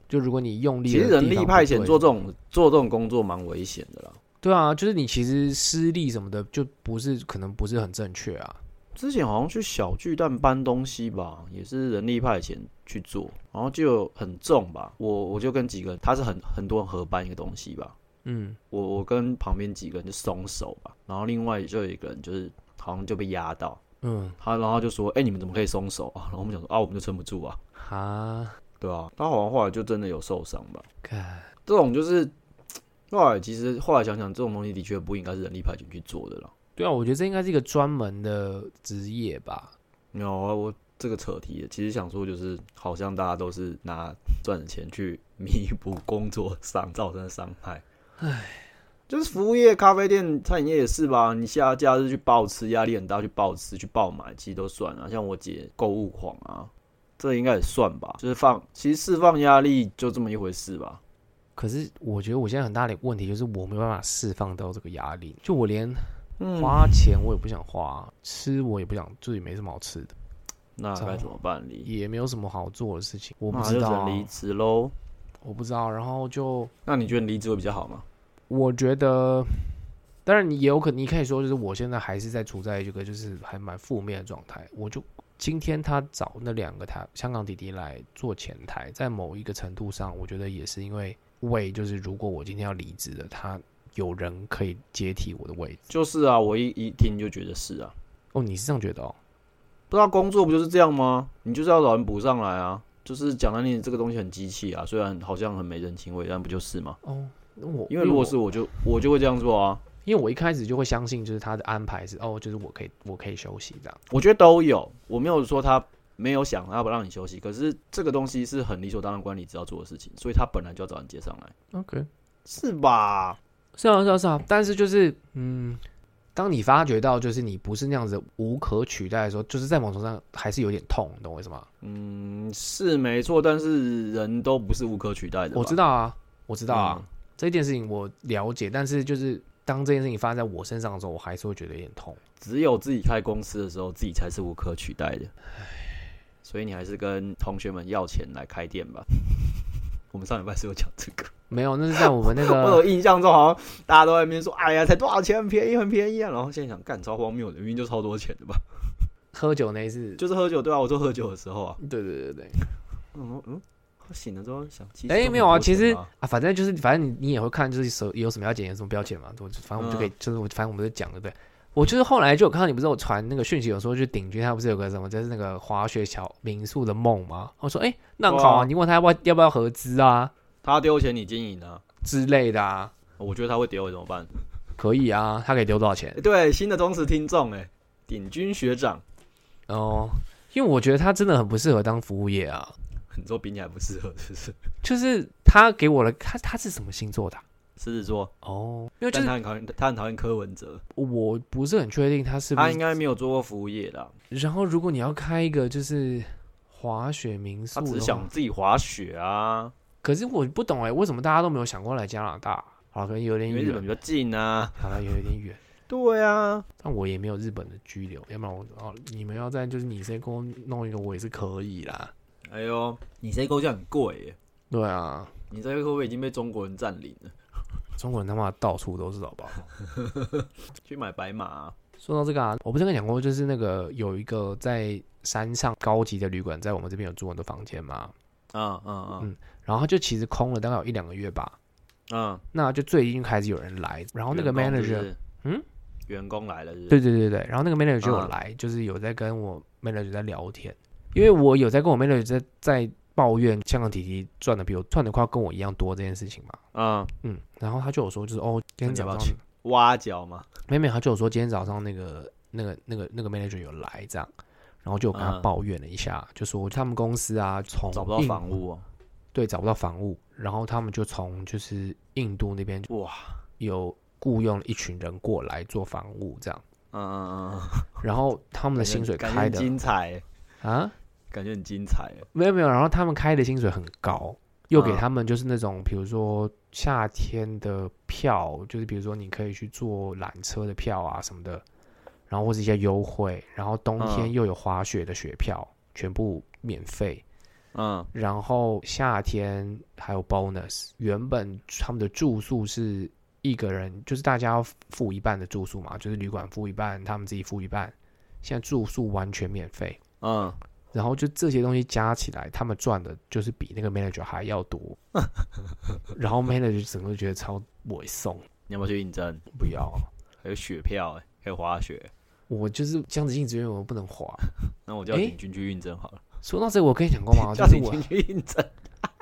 [SPEAKER 1] 就如果你用力
[SPEAKER 2] 其
[SPEAKER 1] 的
[SPEAKER 2] 实
[SPEAKER 1] 地方不
[SPEAKER 2] 人
[SPEAKER 1] 对，
[SPEAKER 2] 力派遣做这种做这种工作蛮危险的啦。
[SPEAKER 1] 对啊，就是你其实施力什么的，就不是可能不是很正确啊。
[SPEAKER 2] 之前好像去小巨蛋搬东西吧，也是人力派遣去做，然后就很重吧。我我就跟几个人，他是很很多人合搬一个东西吧，
[SPEAKER 1] 嗯，
[SPEAKER 2] 我我跟旁边几个人就松手吧，然后另外就有一个人就是好像就被压到，
[SPEAKER 1] 嗯，
[SPEAKER 2] 他然后就说：“哎、你们怎么可以松手啊？”然后我们想说：“啊，我们就撑不住啊。
[SPEAKER 1] 哈，”
[SPEAKER 2] 对啊，他好像后来就真的有受伤吧。
[SPEAKER 1] 看，
[SPEAKER 2] 这种就是后来其实后来想想，这种东西的确不应该是人力派遣去做的啦。
[SPEAKER 1] 对啊，我觉得这应该是一个专门的职业吧。
[SPEAKER 2] 没有啊，我这个扯题了，其实想说就是，好像大家都是拿赚的钱去弥补工作上造成的伤害。就是服务业、咖啡店、餐饮业也是吧？你下假日去暴吃，压力很大，去暴吃、去暴买，其实都算啊。像我姐购物狂啊，这应该也算吧。就是放，其实释放压力就这么一回事吧。
[SPEAKER 1] 可是我觉得我现在很大的问题就是我没有办法释放掉这个压力，就我连
[SPEAKER 2] 嗯，
[SPEAKER 1] 花钱我也不想花，吃我也不想，就也没什么好吃的，
[SPEAKER 2] 那该怎么办？离，
[SPEAKER 1] 也没有什么好做的事情，我不
[SPEAKER 2] 那
[SPEAKER 1] 知
[SPEAKER 2] 就只
[SPEAKER 1] 道
[SPEAKER 2] 能
[SPEAKER 1] 啊，
[SPEAKER 2] 离职喽。
[SPEAKER 1] 我不知道，然后就
[SPEAKER 2] 那你觉得离职会比较好吗？
[SPEAKER 1] 我觉得，当然你也有可你可以说，就是我现在还是在处在一个就是还蛮负面的状态。我就今天他找那两个他香港弟弟来做前台，在某一个程度上，我觉得也是因为为就是如果我今天要离职的，他有人可以接替我的位置。
[SPEAKER 2] 就是啊，我一一听就觉得是啊。
[SPEAKER 1] 哦，你是这样觉得哦？
[SPEAKER 2] 不知道工作不就是这样吗？你就是要找人补上来啊。就是讲难听，这个东西很机器啊，虽然好像很没人情味，但不就是吗？
[SPEAKER 1] 哦，我
[SPEAKER 2] 因为如果是
[SPEAKER 1] 我
[SPEAKER 2] 我就我就会这样做啊。
[SPEAKER 1] 因为我一开始就会相信，就是他的安排是哦，就是我可以我可以休息这样。
[SPEAKER 2] 我觉得都有，我没有说他没有想要不让你休息，可是这个东西是很理所当然管理职要做的事情，所以他本来就要找你接上来，
[SPEAKER 1] OK，
[SPEAKER 2] 是吧？
[SPEAKER 1] 是啊，是啊，是啊。但是就是，嗯，当你发觉到就是你不是那样子无可取代的时候，就是在某种上还是有点痛，你懂我意思吗？
[SPEAKER 2] 嗯，是没错，但是人都不是无可取代的吧。
[SPEAKER 1] 我知道啊，我知道啊，
[SPEAKER 2] 嗯
[SPEAKER 1] 这件事情我了解，但是就是当这件事情发生在我身上的时候，我还是会觉得有点痛。
[SPEAKER 2] 只有自己开公司的时候，自己才是无可取代的。所以你还是跟同学们要钱来开店吧。 我们上礼拜是有讲这个，
[SPEAKER 1] 没有，那是在我们那
[SPEAKER 2] 我
[SPEAKER 1] 个
[SPEAKER 2] 有印象中好像大家都在那边说：“哎呀，才多少钱，很便宜，很便宜啊！”然后现在想，干超荒谬的，明明就超多钱的吧？
[SPEAKER 1] 喝酒那一次，
[SPEAKER 2] 就是喝酒，对啊，我说喝酒的时候啊，
[SPEAKER 1] 对对对对，
[SPEAKER 2] 嗯嗯，醒了之后想，其实
[SPEAKER 1] 哎、
[SPEAKER 2] 都
[SPEAKER 1] 没有啊，
[SPEAKER 2] 很多
[SPEAKER 1] 其
[SPEAKER 2] 钱
[SPEAKER 1] 实啊，反正就是，反正你你也会看，就是手有什么要检验什么标签嘛，我反正我们就
[SPEAKER 2] 嗯
[SPEAKER 1] 可以，就是我反正我们就讲了，对。我就是后来就有看到你不是有传那个讯息，有说就鼎钧他不是有个什么，就是那个滑雪小民宿的梦吗？我说哎、那很好啊，
[SPEAKER 2] 对啊
[SPEAKER 1] 你问他要不要要不要合资啊
[SPEAKER 2] 他丢钱你经营啊，
[SPEAKER 1] 之类的啊，
[SPEAKER 2] 我觉得他会丢怎么办？
[SPEAKER 1] 可以啊，他可以丢多少钱
[SPEAKER 2] 哎？对，新的忠实听众哎、鼎军学长， 呃
[SPEAKER 1] 哦，因为我觉得他真的很不适合当服务业啊，
[SPEAKER 2] 你说比你还不适合，是不是？
[SPEAKER 1] 就是他给我的，他他是什么星座的啊、
[SPEAKER 2] 狮子座，
[SPEAKER 1] 哦，因为就
[SPEAKER 2] 但
[SPEAKER 1] 是
[SPEAKER 2] 他很讨厌，他很讨厌柯文哲，
[SPEAKER 1] 我不是很确定他是不
[SPEAKER 2] 他
[SPEAKER 1] 是
[SPEAKER 2] 应该没有做过服务业啊啦，
[SPEAKER 1] 然后，如果你要开一个就是滑雪民宿
[SPEAKER 2] 他
[SPEAKER 1] 的话，
[SPEAKER 2] 只是想自己滑雪啊，
[SPEAKER 1] 可是我不懂哎，为什么大家都没有想过来加拿大？好了，可能有点
[SPEAKER 2] 因为日
[SPEAKER 1] 远
[SPEAKER 2] 本比，较 近啊。
[SPEAKER 1] 好了，有一点远。
[SPEAKER 2] 对啊，
[SPEAKER 1] 但我也没有日本的居留，要不然我哦，你们要在就是你先给我弄一个，我也是可以啦。
[SPEAKER 2] 哎呦，你这构架很贵耶，
[SPEAKER 1] 对啊，
[SPEAKER 2] 你这会不会已经被中国人占领了？
[SPEAKER 1] 中国人他妈到处都是，好不好？
[SPEAKER 2] 去买白马、啊，
[SPEAKER 1] 说到这个啊，我不是跟你讲过，就是那个有一个在山上高级的旅馆，在我们这边有住很多房间嘛，
[SPEAKER 2] 嗯嗯嗯
[SPEAKER 1] 然后它就其实空了大概有一两个月吧，
[SPEAKER 2] 嗯，
[SPEAKER 1] 那就最近开始有人来，然哦后那个
[SPEAKER 2] 员工是
[SPEAKER 1] manager
[SPEAKER 2] 不是
[SPEAKER 1] 嗯，
[SPEAKER 2] 员工来了是不是？
[SPEAKER 1] 对对对对，然后那个 manager 就有
[SPEAKER 2] 嗯
[SPEAKER 1] 来，就是有在跟我 manager 在聊天，因为我有在跟我 manager 在在抱怨香港弟弟赚的比我赚的快要跟我一样多这件事情嘛，
[SPEAKER 2] 嗯，
[SPEAKER 1] 嗯，然后他就有说就是哦，今
[SPEAKER 2] 那
[SPEAKER 1] 天
[SPEAKER 2] 你要
[SPEAKER 1] 早
[SPEAKER 2] 不要
[SPEAKER 1] 上
[SPEAKER 2] 去挖角嘛，
[SPEAKER 1] 没有没有，他就有说今天早上那个那个那个那个 manager 有来这样，然后就有跟他
[SPEAKER 2] 嗯
[SPEAKER 1] 抱怨了一下，就说他们公司啊从
[SPEAKER 2] 找不到
[SPEAKER 1] 印
[SPEAKER 2] 房屋哦，
[SPEAKER 1] 对找不到房务，然后他们就从就是印度那边
[SPEAKER 2] 哇，
[SPEAKER 1] 有雇佣了一群人过来做房务这样，
[SPEAKER 2] 嗯嗯嗯，
[SPEAKER 1] 然后他们
[SPEAKER 2] 嗯
[SPEAKER 1] 的薪水
[SPEAKER 2] 感觉
[SPEAKER 1] 开
[SPEAKER 2] 很
[SPEAKER 1] 的
[SPEAKER 2] 精彩，
[SPEAKER 1] 啊。
[SPEAKER 2] 感觉很精彩，
[SPEAKER 1] 没有没有，然后他们开的薪水很高，又给
[SPEAKER 2] 嗯
[SPEAKER 1] 他们就是那种，比如说夏天的票，就是比如说你可以去坐缆车的票啊什么的，然后或是一些优惠，然后冬天
[SPEAKER 2] 嗯
[SPEAKER 1] 又有滑雪的雪票，全部免费，
[SPEAKER 2] 嗯
[SPEAKER 1] 然后夏天还有 bonus。原本他们的住宿是一个人，就是大家要付一半的住宿嘛，就是旅馆付一半，他们自己付一半，现在住宿完全免费。
[SPEAKER 2] 嗯，
[SPEAKER 1] 然后就这些东西加起来，他们赚的就是比那个 manager 还要 多。然后 manager 整个觉得超猥送，
[SPEAKER 2] 你要不要去应征？
[SPEAKER 1] 不要，
[SPEAKER 2] 还有雪票哎，还有滑雪，
[SPEAKER 1] 我就是这样子硬直源，我不能滑。
[SPEAKER 2] 那我叫
[SPEAKER 1] 诶
[SPEAKER 2] 鼎军去应征好了，
[SPEAKER 1] 说到这，我跟你讲过 吗？
[SPEAKER 2] 叫
[SPEAKER 1] 就是
[SPEAKER 2] 鼎
[SPEAKER 1] 我
[SPEAKER 2] 军去应征。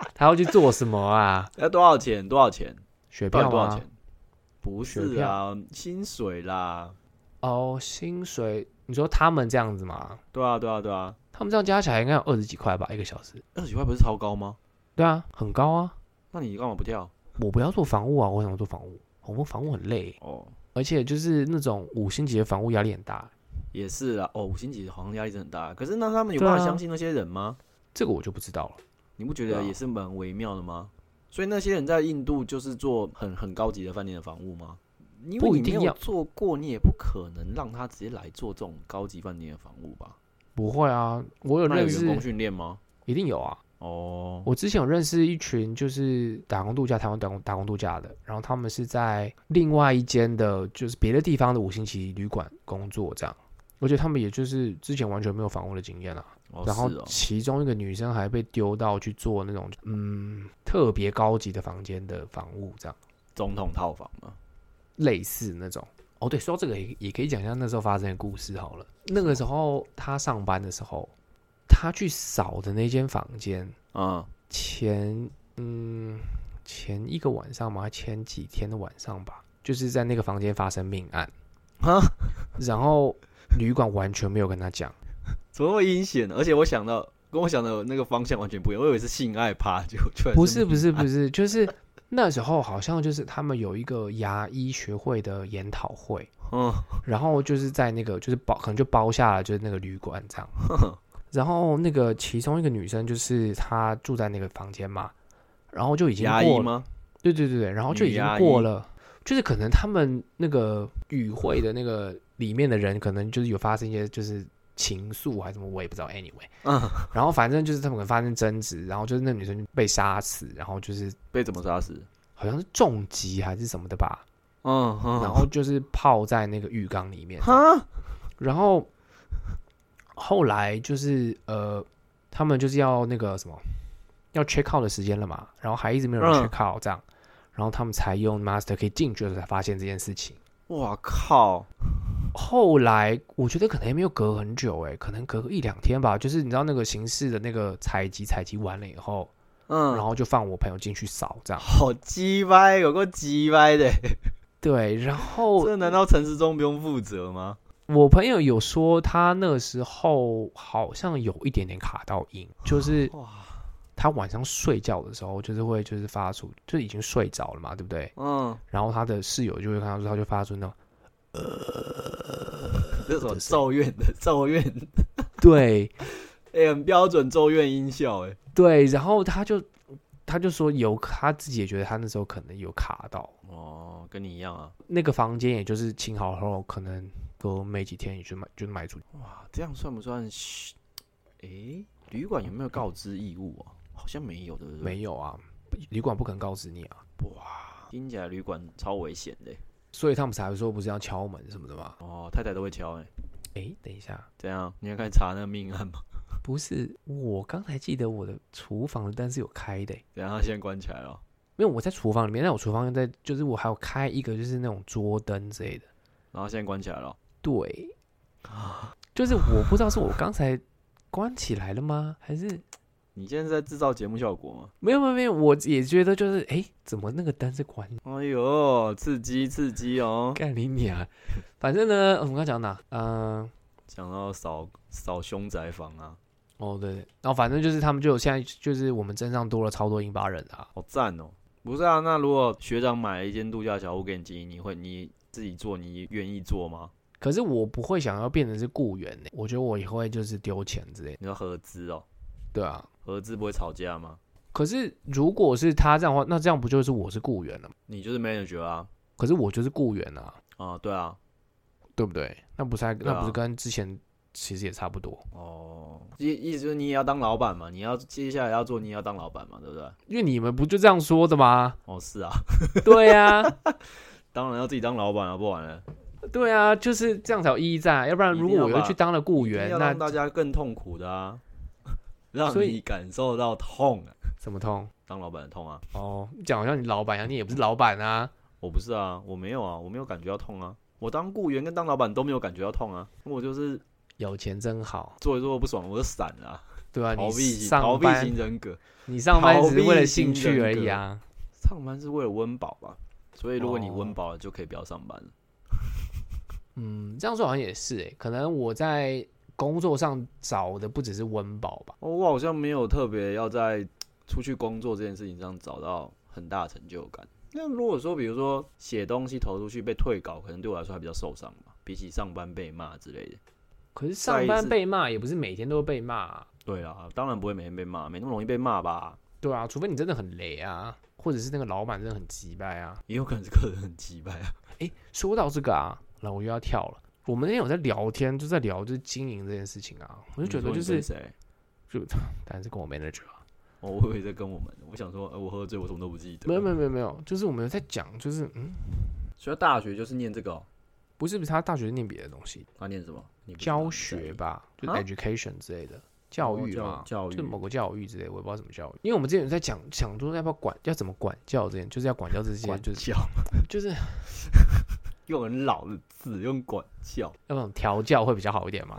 [SPEAKER 1] 他要去做什么啊？
[SPEAKER 2] 要多少钱？多少钱？
[SPEAKER 1] 雪
[SPEAKER 2] 到底
[SPEAKER 1] 票
[SPEAKER 2] 多少
[SPEAKER 1] 吗
[SPEAKER 2] 钱？？不
[SPEAKER 1] 学
[SPEAKER 2] 是啊，薪水啦。
[SPEAKER 1] 哦，薪水，你说他们这样子吗？
[SPEAKER 2] 对啊，对啊，对啊。
[SPEAKER 1] 他们这样加起来应该有二十几块吧，一个小时。
[SPEAKER 2] 二十块不是超高吗？
[SPEAKER 1] 对啊，很高啊。
[SPEAKER 2] 那你干嘛不跳？
[SPEAKER 1] 我不要做房务啊，我想做房务，我们房务很累，
[SPEAKER 2] 哦，
[SPEAKER 1] 而且就是那种五星级的房务压力很大，
[SPEAKER 2] 也是啊。哦，五星级好像压力真的很大。可是那他们有
[SPEAKER 1] 对啊
[SPEAKER 2] 办法相信那些人吗？
[SPEAKER 1] 这个我就不知道了。
[SPEAKER 2] 你不觉
[SPEAKER 1] 对
[SPEAKER 2] 得
[SPEAKER 1] 啊
[SPEAKER 2] 也是蛮微妙的吗？所以那些人在印度就是做很很高级的饭店的房务吗？因
[SPEAKER 1] 不
[SPEAKER 2] 为
[SPEAKER 1] 一
[SPEAKER 2] 你
[SPEAKER 1] 定
[SPEAKER 2] 没有
[SPEAKER 1] 要
[SPEAKER 2] 做过，你也不可能让他直接来做这种高级饭店的房务吧？
[SPEAKER 1] 不会啊，我有
[SPEAKER 2] 那有
[SPEAKER 1] 认
[SPEAKER 2] 员
[SPEAKER 1] 识
[SPEAKER 2] 工，训练吗？
[SPEAKER 1] 一定有啊。
[SPEAKER 2] 哦，
[SPEAKER 1] 我之前有认识一群就是打工度假，台湾打工打工度假的，然后他们是在另外一间的，就是别的地方的五星级旅馆工作这样。而且他们也就是之前完全没有访问的经验啊，
[SPEAKER 2] 哦
[SPEAKER 1] 然后
[SPEAKER 2] 是哦，
[SPEAKER 1] 其中一个女生还被丢到去做那种嗯特别高级的房间的房务，这样
[SPEAKER 2] 总统套房嘛。
[SPEAKER 1] 类似那种。哦，对，说到这个也也可以讲一下那时候发生的故事好了。那个时候她上班的时候，她去扫的那间房间，
[SPEAKER 2] 嗯
[SPEAKER 1] 前嗯前一个晚上嘛，还前几天的晚上吧，就是在那个房间发生命案，
[SPEAKER 2] 啊，
[SPEAKER 1] 然后旅馆完全没有跟他讲，
[SPEAKER 2] 怎么会阴险呢？而且我想到跟我想的那个方向完全不一样，我以为是性爱趴， 结果居然
[SPEAKER 1] 不是不是
[SPEAKER 2] 命案
[SPEAKER 1] 不是，就是那时候好像就是他们有一个牙医学会的研讨会，
[SPEAKER 2] 嗯，
[SPEAKER 1] 然后就是在那个就是包可能就包下了就是那个旅馆这样，然后那个其中一个女生就是她住在那个房间嘛，然后就已经
[SPEAKER 2] 牙医
[SPEAKER 1] 过了，
[SPEAKER 2] 吗？
[SPEAKER 1] 对对对对，然后就
[SPEAKER 2] 女
[SPEAKER 1] 已经
[SPEAKER 2] 牙
[SPEAKER 1] 过
[SPEAKER 2] 医
[SPEAKER 1] 了，就是可能他们那个与会的那个里面的人，可能就是有发生一些就是情愫还是什么，我也不知道，anyway，
[SPEAKER 2] 嗯，
[SPEAKER 1] 然后反正就是他们可能发生争执，然后就是那女生就被杀死，然后就是
[SPEAKER 2] 被怎么杀死？
[SPEAKER 1] 好像是重击还是什么的吧，
[SPEAKER 2] 嗯嗯，
[SPEAKER 1] 然后就是泡在那个浴缸里面，
[SPEAKER 2] 哈，
[SPEAKER 1] 然后后来就是呃，他们就是要那个什么，要 check out 的时间了嘛，然后还一直没有人
[SPEAKER 2] 嗯
[SPEAKER 1] check out 这样，然后他们才用 master 可以进去的时候才发现这件事情。
[SPEAKER 2] 哇靠，
[SPEAKER 1] 后来我觉得可能也没有隔很久、欸，可能隔个一两天吧。就是你知道那个形式的那个采集，采集完了以后，然
[SPEAKER 2] 嗯，
[SPEAKER 1] 后就放我朋友进去扫这样。
[SPEAKER 2] 好鸡掰，有够鸡掰的，
[SPEAKER 1] 对，然后
[SPEAKER 2] 这难道陈世忠不用负责吗？
[SPEAKER 1] 我朋友有说他那时候好像有一点点卡到音，就是
[SPEAKER 2] 哇，
[SPEAKER 1] 他晚上睡觉的时候，就是会就是发出，就已经睡着了嘛，对不对？
[SPEAKER 2] 嗯，
[SPEAKER 1] 然后他的室友就会看到说，他就发出那种
[SPEAKER 2] 这种咒怨的 咒怨，
[SPEAKER 1] 对
[SPEAKER 2] 哎、很标准咒怨音效，哎，
[SPEAKER 1] 对，然后他就他就说有他自己也觉得他那时候可能有卡到
[SPEAKER 2] 哦，跟你一样啊，
[SPEAKER 1] 那个房间，也就是清好后，可能隔没几天也就卖就卖出去。
[SPEAKER 2] 哇，啊这样算不算嘘？哎、旅馆有没有告知义务啊？好像没有，对不对？
[SPEAKER 1] 没有啊，旅馆不肯告知你啊，
[SPEAKER 2] 听起来旅馆超危险的，
[SPEAKER 1] 所以他们才会说不是要敲门什么的嘛。
[SPEAKER 2] 哦，太太都会敲，哎，
[SPEAKER 1] 诶，等一下，
[SPEAKER 2] 怎样？你要开始查那个命案吗？
[SPEAKER 1] 不是我刚才记得我的厨房的灯是有开的欸、
[SPEAKER 2] 等一下他先关起来了，
[SPEAKER 1] 没有我在厨房里面，但我厨房在就是我还有开一个就是那种桌灯之类的。
[SPEAKER 2] 然后现在关起来了，
[SPEAKER 1] 对，就是我不知道是我刚才关起来了吗？还是
[SPEAKER 2] 你现在是在制造节目效果吗？
[SPEAKER 1] 没有没有没有，我也觉得就是诶，怎么那个灯是关？
[SPEAKER 2] 哎呦，刺激刺激哦！
[SPEAKER 1] 干你娘！反正呢，我们刚讲哪？嗯、
[SPEAKER 2] 讲到扫扫凶宅房啊，
[SPEAKER 1] 哦对，对然后反正就是他们就有现在就是我们镇上多了超多印巴人啊。
[SPEAKER 2] 好赞哦！不是啊，那如果学长买了一间度假小屋给你经营，你会你自己做，你愿意做吗？
[SPEAKER 1] 可是我不会想要变成是雇员、欸，我觉得我以后会就是丢钱之类的。
[SPEAKER 2] 你说合资哦，
[SPEAKER 1] 对啊，
[SPEAKER 2] 合资不会吵架吗？
[SPEAKER 1] 可是如果是他这样的话，那这样不就是我是雇员了吗？
[SPEAKER 2] 你就是 manager 啊，
[SPEAKER 1] 可是我就是雇员啊，
[SPEAKER 2] 啊，对啊，
[SPEAKER 1] 对不对？那不是还、
[SPEAKER 2] 对啊
[SPEAKER 1] 那不是跟之前其实也差不多，
[SPEAKER 2] 哦，意意思就是你也要当老板嘛，你要接下来要做，你也要当老板嘛，对不对？
[SPEAKER 1] 因为你们不就这样说的吗？
[SPEAKER 2] 哦，是啊，
[SPEAKER 1] 对呀、
[SPEAKER 2] 当然要自己当老板啊，不然呢？
[SPEAKER 1] 对啊，就是这样才有意义在。要不然如果我又去当了雇
[SPEAKER 2] 一
[SPEAKER 1] 员，
[SPEAKER 2] 定要
[SPEAKER 1] 那
[SPEAKER 2] 让大家更痛苦的啊， 让
[SPEAKER 1] 所以
[SPEAKER 2] 你感受到痛啊，
[SPEAKER 1] 怎么通？
[SPEAKER 2] 当老板的痛啊。
[SPEAKER 1] 哦，讲好像你老板一样，你也不是老板啊。
[SPEAKER 2] 我不是啊，我没有啊，我没有感觉到痛啊。我当雇员跟当老板都没有感觉到痛啊，我就是
[SPEAKER 1] 有钱真好，
[SPEAKER 2] 做一做不爽我就闪了啊、
[SPEAKER 1] 对啊，你
[SPEAKER 2] 逃避型逃
[SPEAKER 1] 上
[SPEAKER 2] 避
[SPEAKER 1] 班
[SPEAKER 2] 型人格，
[SPEAKER 1] 你上班
[SPEAKER 2] 逃
[SPEAKER 1] 只是为
[SPEAKER 2] 避
[SPEAKER 1] 了
[SPEAKER 2] 型
[SPEAKER 1] 兴趣
[SPEAKER 2] 人
[SPEAKER 1] 而已
[SPEAKER 2] 格
[SPEAKER 1] 啊。
[SPEAKER 2] 上班是为了温饱吧。所以如果你
[SPEAKER 1] 哦
[SPEAKER 2] 温饱了，就可以不要上班了。
[SPEAKER 1] 嗯，这样说好像也是诶、可能我在工作上找的不只是温饱吧。
[SPEAKER 2] 哦，我好像没有特别要在出去工作这件事情上找到很大的成就感。那如果说，比如说写东西投出去被退稿，可能对我来说还比较受伤吧，比起上班被骂之类的。
[SPEAKER 1] 可是
[SPEAKER 2] 再
[SPEAKER 1] 上
[SPEAKER 2] 一
[SPEAKER 1] 班
[SPEAKER 2] 次
[SPEAKER 1] 被骂也不是每天都会被骂啊、
[SPEAKER 2] 对啊，当然不会每天被骂，没那么容易被骂吧？
[SPEAKER 1] 对啊，除非你真的很雷啊，或者是那个老板真的很鸡掰啊。
[SPEAKER 2] 也有可能是个人很鸡掰啊。
[SPEAKER 1] 诶，说到这个啊，那我又要跳了。我们那天有在聊天，就在聊就是经营这件事情啊，我就觉得就
[SPEAKER 2] 你说你
[SPEAKER 1] 是
[SPEAKER 2] 跟，谁？
[SPEAKER 1] 当然是跟我 manager 啊，
[SPEAKER 2] 哦，我以为在跟我们，我想说，呃，我喝醉，我什么都不记得。
[SPEAKER 1] 没有没有没有没有，就是我们有在讲，就是嗯，
[SPEAKER 2] 所以大学就是念这个、哦，
[SPEAKER 1] 不是不是，他大学念别的东西，
[SPEAKER 2] 他念什么？你不知道
[SPEAKER 1] 教学吧，就
[SPEAKER 2] 啊
[SPEAKER 1] education 之类的，教
[SPEAKER 2] 哦
[SPEAKER 1] 育
[SPEAKER 2] 教
[SPEAKER 1] 嘛，
[SPEAKER 2] 教育
[SPEAKER 1] 就某个教育之类，我也不知道什么教育。因为我们之前有在讲讲说要不要管，要怎么管教这件，就是要管教这些，
[SPEAKER 2] 管
[SPEAKER 1] 就是
[SPEAKER 2] 教，
[SPEAKER 1] 就是
[SPEAKER 2] 用很老的字，用管教
[SPEAKER 1] 要不然调教会比较好一点嘛。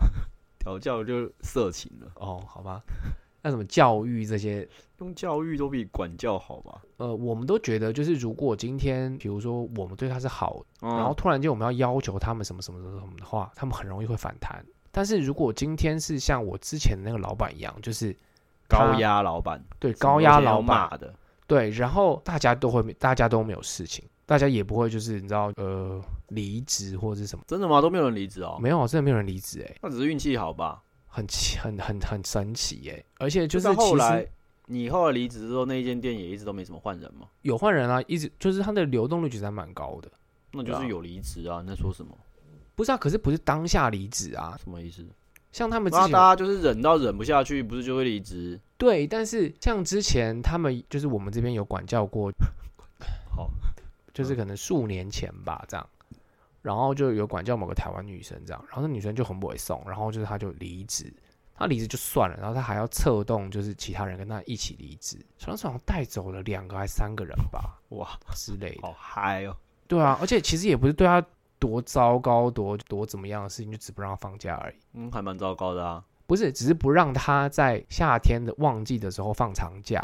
[SPEAKER 2] 调教就色情了，
[SPEAKER 1] 哦，好吧，那什么教育这些，
[SPEAKER 2] 用教育都比管教好吧？
[SPEAKER 1] 呃，我们都觉得就是如果今天比如说我们对他是好的，
[SPEAKER 2] 嗯
[SPEAKER 1] 然后突然间我们要要求他们什么什么什么什么的话，他们很容易会反弹。但是如果今天是像我之前的那个老板一样，就是
[SPEAKER 2] 高压老板，
[SPEAKER 1] 对高压老板
[SPEAKER 2] 马，的，
[SPEAKER 1] 对，然后大家都会，大家都没有事情，大家也不会就是你知道呃离职或者是什么，
[SPEAKER 2] 真的吗？都没有人离职哦，
[SPEAKER 1] 没有，真的没有人离职哎、
[SPEAKER 2] 那只是运气好吧？
[SPEAKER 1] 很奇很很很神奇哎、而且就是
[SPEAKER 2] 那
[SPEAKER 1] 其
[SPEAKER 2] 后
[SPEAKER 1] 实
[SPEAKER 2] 来你后来离职之后，那一间店也一直都没怎么换人嘛，
[SPEAKER 1] 有换人啊，一直就是它的流动率其实还蛮高的，
[SPEAKER 2] 那就
[SPEAKER 1] 对
[SPEAKER 2] 是
[SPEAKER 1] 啊
[SPEAKER 2] 有离职啊，你在说什么？
[SPEAKER 1] 不是啊，可是不是当下离职啊，
[SPEAKER 2] 什么意思？
[SPEAKER 1] 像他们之
[SPEAKER 2] 那
[SPEAKER 1] 前
[SPEAKER 2] 大家就是忍到忍不下去，不是就会离职？
[SPEAKER 1] 对，但是像之前他们就是我们这边有管教过，
[SPEAKER 2] 好，嗯
[SPEAKER 1] 就是可能数年前吧，这样，然后就有管教某个台湾女生这样，然后那女生就很不会送，然后就是她就离职，她离职就算了，然后她还要策动就是其他人跟她一起离职，小时好像带走了两个还三个人吧
[SPEAKER 2] 哇，
[SPEAKER 1] 之类的，
[SPEAKER 2] 好嗨哦！
[SPEAKER 1] 对啊，而且其实也不是对她多糟糕多多怎么样的事情，就只不让她放假而已，
[SPEAKER 2] 嗯，还蛮糟糕的啊。
[SPEAKER 1] 不是，只是不让她在夏天的旺季的时候放长假。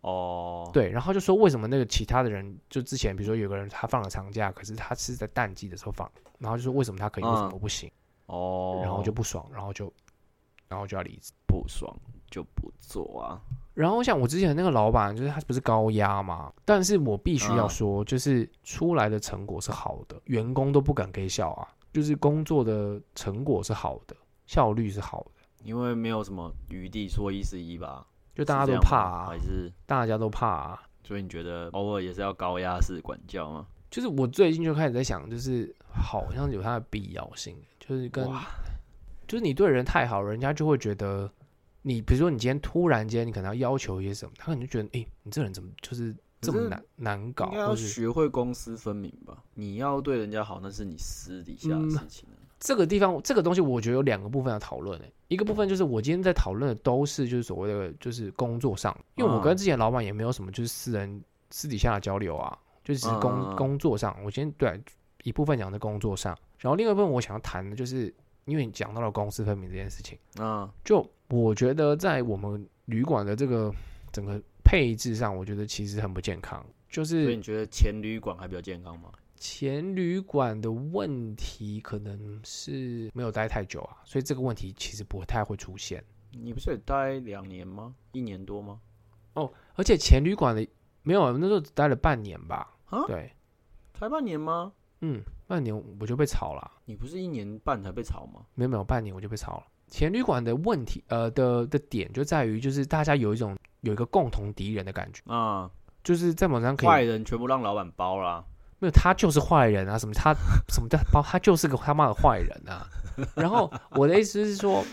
[SPEAKER 2] 哦，，
[SPEAKER 1] 对，然后就说为什么那个其他的人，就之前比如说有个人他放了长假，可是他是在淡季的时候放，然后就说为什么他可以，为什
[SPEAKER 2] 嗯
[SPEAKER 1] 么不行，
[SPEAKER 2] 哦，
[SPEAKER 1] 然后就不爽，然后就然后就要离职。
[SPEAKER 2] 不爽就不做啊。
[SPEAKER 1] 然后哎像我之前那个老板，就是他不是高压嘛，但是我必须要
[SPEAKER 2] 嗯
[SPEAKER 1] 说，就是出来的成果是好的，员工都不敢给笑啊，就是工作的成果是好的，效率是好的，
[SPEAKER 2] 因为没有什么余地说一是一吧，
[SPEAKER 1] 就大家都
[SPEAKER 2] 是这样吗
[SPEAKER 1] 怕啊
[SPEAKER 2] 还，是
[SPEAKER 1] 大家都怕啊。
[SPEAKER 2] 所以你觉得偶尔也是要高压式管教吗？
[SPEAKER 1] 就是我最近就开始在想，就是好像有它的必要性，就是跟
[SPEAKER 2] 哇，
[SPEAKER 1] 就是你对人太好，人家就会觉得你，比如说你今天突然间你可能要要求一些什么，他可能就觉得，哎、你这人怎么就是这
[SPEAKER 2] 可
[SPEAKER 1] 么
[SPEAKER 2] 是
[SPEAKER 1] 难难搞，
[SPEAKER 2] 应该要
[SPEAKER 1] 或是
[SPEAKER 2] 学会公私分明吧。你要对人家好，那是你私底下的事情。啊
[SPEAKER 1] 这个地方这个东西，我觉得有两个部分要讨论、诶一个部分就是我今天在讨论的都是就是所谓的就是工作上，因为我
[SPEAKER 2] 嗯
[SPEAKER 1] 跟之前老板也没有什么就是私人私底下的交流啊，就只是工、
[SPEAKER 2] 嗯嗯嗯
[SPEAKER 1] 工作上，我今天对一部分讲在工作上，然后另外一部分我想要谈的就是，因为你讲到了公私分明这件事情。
[SPEAKER 2] 嗯
[SPEAKER 1] 就我觉得在我们旅馆的这个整个配置上，我觉得其实很不健康。就
[SPEAKER 2] 所以
[SPEAKER 1] 是
[SPEAKER 2] 你觉得前旅馆还比较健康吗？
[SPEAKER 1] 前旅馆的问题，可能是没有待太久啊，所以这个问题其实不太会出现。
[SPEAKER 2] 你不是也待两年吗？一年多吗？
[SPEAKER 1] 而且前旅馆的没有，那时候只待了半年吧
[SPEAKER 2] 啊。
[SPEAKER 1] 对，
[SPEAKER 2] 才半年吗？
[SPEAKER 1] 嗯，半年我就被炒了啊，
[SPEAKER 2] 你不是一年半才被炒吗？
[SPEAKER 1] 没有没有，半年我就被炒了。前旅馆的问题，呃的的点就在于，就是大家有一种有一个共同敌人的感觉，
[SPEAKER 2] 啊、
[SPEAKER 1] 就是在网上可以
[SPEAKER 2] 坏人全部让老板包啦。
[SPEAKER 1] 没有，他就是坏人啊，什么他 什么他包，他就是个他妈的坏人啊。然后我的意思是说，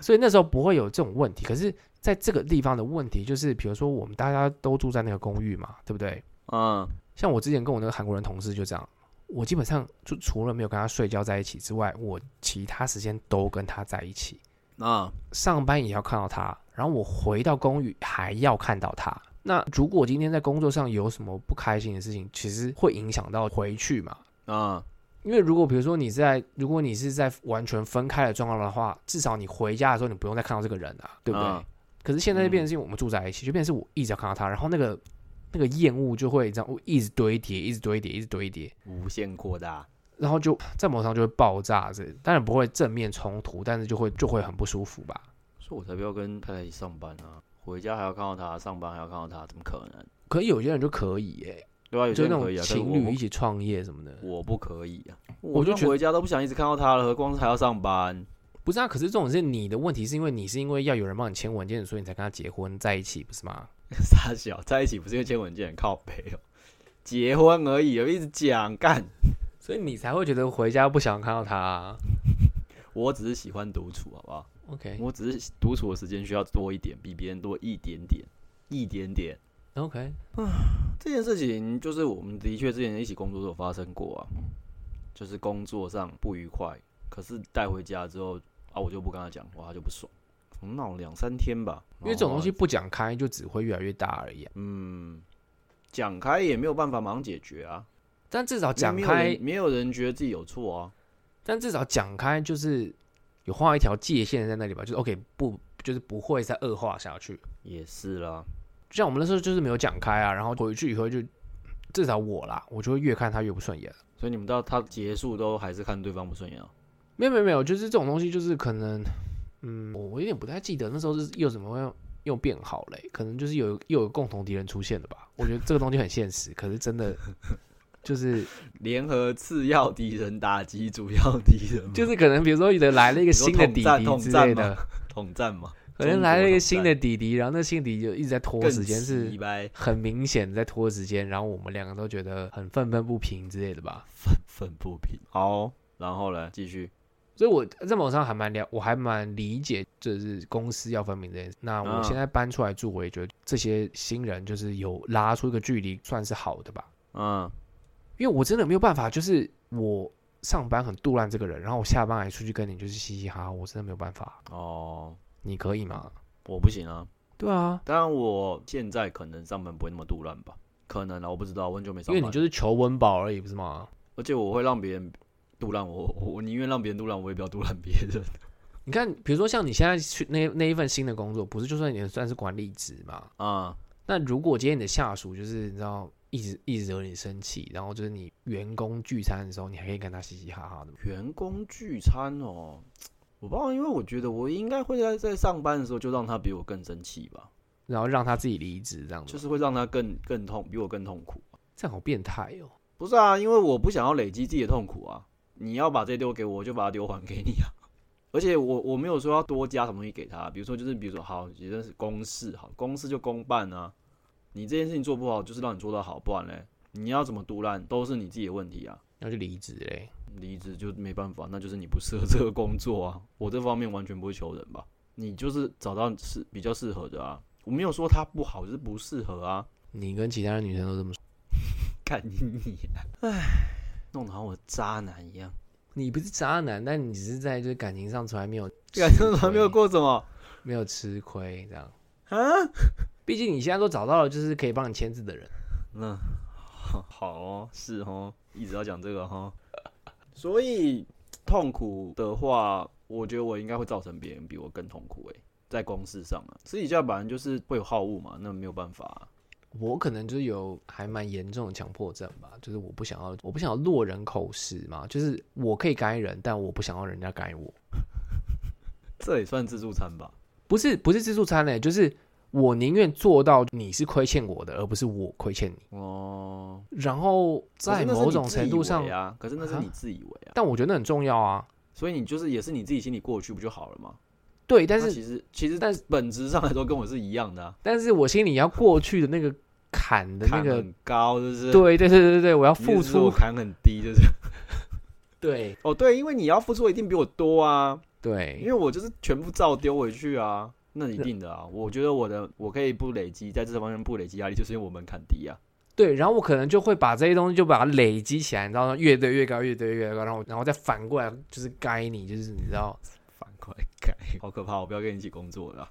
[SPEAKER 1] 所以那时候不会有这种问题。可是在这个地方的问题就是，比如说我们大家都住在那个公寓嘛，对不对？
[SPEAKER 2] 嗯，
[SPEAKER 1] 像我之前跟我那个韩国人同事就这样，我基本上就除了没有跟他睡觉在一起之外，我其他时间都跟他在一起，
[SPEAKER 2] 啊、
[SPEAKER 1] 上班也要看到他，然后我回到公寓还要看到他。那如果今天在工作上有什么不开心的事情，其实会影响到回去嘛，
[SPEAKER 2] 啊、
[SPEAKER 1] 因为如果比如说你在，如果你是在完全分开的状况的话，至少你回家的时候你不用再看到这个人啊，对不对？
[SPEAKER 2] 啊
[SPEAKER 1] 可是现在就变成是我们住在一起，就变成是我一直要看到他，然后那个那个厌恶就会这样哦一直堆叠，一直堆叠，一直堆叠，
[SPEAKER 2] 无限扩大。
[SPEAKER 1] 然后就在某上就会爆炸，这当然不会正面冲突，但是就会就会很不舒服吧。
[SPEAKER 2] 所以我才不要跟太太一起上班啊！回家还要看到她，上班还要看到她，怎么可能？
[SPEAKER 1] 可是有些人就可以耶、
[SPEAKER 2] 对吧、有
[SPEAKER 1] 就
[SPEAKER 2] 些
[SPEAKER 1] 那
[SPEAKER 2] 人可
[SPEAKER 1] 种
[SPEAKER 2] 以啊，但是
[SPEAKER 1] 情
[SPEAKER 2] 我
[SPEAKER 1] 侣一起创业什么的，
[SPEAKER 2] 我不可以啊！
[SPEAKER 1] 我
[SPEAKER 2] 我
[SPEAKER 1] 就
[SPEAKER 2] 就
[SPEAKER 1] 觉得
[SPEAKER 2] 回家都不想一直看到她了，何况是还要上班。
[SPEAKER 1] 不是啊？可是这种是你的问题，是因为你是因为要有人帮你签文件，所以你才跟他结婚在一起，不是吗？
[SPEAKER 2] 傻小，在一起不是因为签文件靠背哦， 结婚而已哦，一直讲干。
[SPEAKER 1] 所以你才会觉得回家不想看到他、啊。
[SPEAKER 2] 我只是喜欢独处，好不好？
[SPEAKER 1] OK
[SPEAKER 2] 我只是独处的时间需要多一点，比别人多一点点，一点点。
[SPEAKER 1] OK，
[SPEAKER 2] 这件事情就是我们的确之前一起工作都有发生过啊，就是工作上不愉快，可是带回家之后啊，我就不跟他讲话，他就不爽，我们闹了两三天吧。
[SPEAKER 1] 因为这种东西
[SPEAKER 2] 然后，
[SPEAKER 1] 不讲开，就只会越来越大而已啊、
[SPEAKER 2] 嗯，讲开也没有办法马上解决啊，
[SPEAKER 1] 但至少
[SPEAKER 2] 因为
[SPEAKER 1] 讲
[SPEAKER 2] 没有
[SPEAKER 1] 开
[SPEAKER 2] 人，没有人觉得自己有错啊。
[SPEAKER 1] 但至少讲开就是有画一条界限在那里吧，就是 OK 不，就是不会再恶化下去。
[SPEAKER 2] 也是啦，
[SPEAKER 1] 就像我们那时候就是没有讲开啊，然后回去以后就至少我啦，我就会越看他越不顺眼。
[SPEAKER 2] 所以你们到他结束都还是看对方不顺眼啊。
[SPEAKER 1] 没有没有没有，就是这种东西，就是可能，嗯，我我有点不太记得那时候是又怎么样又变好嘞、可能就是有又有共同敌人出现了吧。我觉得这个东西很现实，可是真的
[SPEAKER 2] 嗯
[SPEAKER 1] 就是
[SPEAKER 2] 联合次要敌人打击主要敌人吗，
[SPEAKER 1] 就是可能比如说有来了一个
[SPEAKER 2] 你说
[SPEAKER 1] 新的
[SPEAKER 2] 统
[SPEAKER 1] 敌
[SPEAKER 2] 战
[SPEAKER 1] 敌
[SPEAKER 2] 统
[SPEAKER 1] 之
[SPEAKER 2] 战
[SPEAKER 1] 类
[SPEAKER 2] 吗
[SPEAKER 1] 的，
[SPEAKER 2] 统战嘛，
[SPEAKER 1] 可能来了一个新的
[SPEAKER 2] 中
[SPEAKER 1] 敌敌，然后那新的敌就一直在拖
[SPEAKER 2] 国统战
[SPEAKER 1] 时间，
[SPEAKER 2] 更
[SPEAKER 1] 是
[SPEAKER 2] 奇掰
[SPEAKER 1] 很明显在拖时间，然后我们两个都觉得很愤愤不平之类的吧。
[SPEAKER 2] 愤不平。好，然后呢，继续。
[SPEAKER 1] 所以我在某种上还蛮了，我还蛮理解，就是公私要分明这件事。那我
[SPEAKER 2] 嗯
[SPEAKER 1] 现在搬出来住，我也觉得这些新人就是有拉出一个距离，算是好的吧。
[SPEAKER 2] 嗯，
[SPEAKER 1] 因为我真的没有办法，就是我上班很杜烂这个人，然后我下班还出去跟你就是嘻嘻哈哈，我真的没有办法。
[SPEAKER 2] 哦，
[SPEAKER 1] 你可以吗？
[SPEAKER 2] 我不行啊。
[SPEAKER 1] 对啊，
[SPEAKER 2] 当然，我现在可能上班不会那么杜乱吧，可能啊，我不知道，我很久没上
[SPEAKER 1] 因为
[SPEAKER 2] 班了。
[SPEAKER 1] 你就是求温饱而已，不是吗？
[SPEAKER 2] 而且我会让别人杜烂我，我我宁愿让别人杜烂，我也不要杜烂别人。
[SPEAKER 1] 你看，比如说像你现在去那那一份新的工作，不是就算你算是管理职嘛？
[SPEAKER 2] 啊、
[SPEAKER 1] 那如果今天你的下属就是你知道一直一直惹你生气，然后就是你员工聚餐的时候，你还可以跟他嘻嘻哈哈的吗，
[SPEAKER 2] 员工聚餐哦，我不知道，因为我觉得我应该会在在上班的时候就让他比我更生气吧，
[SPEAKER 1] 然后让他自己离职这样子，
[SPEAKER 2] 就是会让他更更痛，比我更痛苦。
[SPEAKER 1] 这样好变态哦。
[SPEAKER 2] 不是啊，因为我不想要累积自己的痛苦啊。你要把这丢给我，我就把它丢还给你啊。 而且我我没有说要多加什么东西给他，啊比如说就是比如说好，也就是公事好，公事就公办啊。你这件事情做不好，就是让你做到好，不然嘞，你要怎么独揽都是你自己的问题啊。
[SPEAKER 1] 那就离职嘞，
[SPEAKER 2] 离职就没办法，那就是你不适合这个工作啊。 我这方面完全不会求人吧，你就是找到是比较适合的啊。我没有说他不好，就是不适合啊。
[SPEAKER 1] 你跟其他的女生都这么说，
[SPEAKER 2] 干你你，唉，弄得好像我渣男一样。
[SPEAKER 1] 你不是渣男，但你只是在就是感情上从来没有
[SPEAKER 2] 感
[SPEAKER 1] 吃
[SPEAKER 2] 觉还没有
[SPEAKER 1] 亏
[SPEAKER 2] 过什么
[SPEAKER 1] 没有吃亏这样，
[SPEAKER 2] 啊？
[SPEAKER 1] 毕竟你现在都找到了就是可以帮你签字的人，
[SPEAKER 2] 那好嗯 好哦，是哦，一直要讲这个哈、哦。所以痛苦的话，我觉得我应该会造成别人比我更痛苦诶，在公事上啊，私底下本来就是会有好恶嘛，那没有办法啊、
[SPEAKER 1] 我可能就是有还蛮严重的强迫症吧，就是我不想要，我不想要落人口实嘛，就是我可以该人，但我不想要人家该我。
[SPEAKER 2] 这也算自助餐吧？
[SPEAKER 1] 不是不是自助餐嘞，欸就是我宁愿做到你是亏欠我的，而不是我亏欠你。
[SPEAKER 2] 哦，
[SPEAKER 1] 然后
[SPEAKER 2] 可
[SPEAKER 1] 在
[SPEAKER 2] 是那是
[SPEAKER 1] 某
[SPEAKER 2] 你
[SPEAKER 1] 种
[SPEAKER 2] 自
[SPEAKER 1] 程
[SPEAKER 2] 以
[SPEAKER 1] 度
[SPEAKER 2] 为
[SPEAKER 1] 上，
[SPEAKER 2] 啊，可是那是
[SPEAKER 1] 啊
[SPEAKER 2] 你自以为啊，
[SPEAKER 1] 但我觉得很重要啊。
[SPEAKER 2] 所以你就是也是你自己心里过得去不就好了吗？
[SPEAKER 1] 对，但
[SPEAKER 2] 那
[SPEAKER 1] 是
[SPEAKER 2] 其实其实
[SPEAKER 1] 但
[SPEAKER 2] 但本质上来说跟我是一样的、啊，
[SPEAKER 1] 但是我心里要过去的那个坎的那
[SPEAKER 2] 坎
[SPEAKER 1] 个，
[SPEAKER 2] 很高就是
[SPEAKER 1] 对对对对对，我要
[SPEAKER 2] 你意
[SPEAKER 1] 付
[SPEAKER 2] 思是说我
[SPEAKER 1] 出，
[SPEAKER 2] 坎很低就是。
[SPEAKER 1] 对
[SPEAKER 2] 哦，对，因为你要付出一定比我多啊，因
[SPEAKER 1] 对
[SPEAKER 2] 为我就是全部照丢回去啊，那一定的啊。我觉得我的我可以不累积，在这方面不累积压力，就是因为我门槛 低啊。
[SPEAKER 1] 对，然后我可能就会把这些东西就把它累积起来，你知道吗？越堆越高，越堆越高，然后然后再反过来就是该你，就是你知道，
[SPEAKER 2] 反过来改，好可怕！我不要跟你一起工作了啊。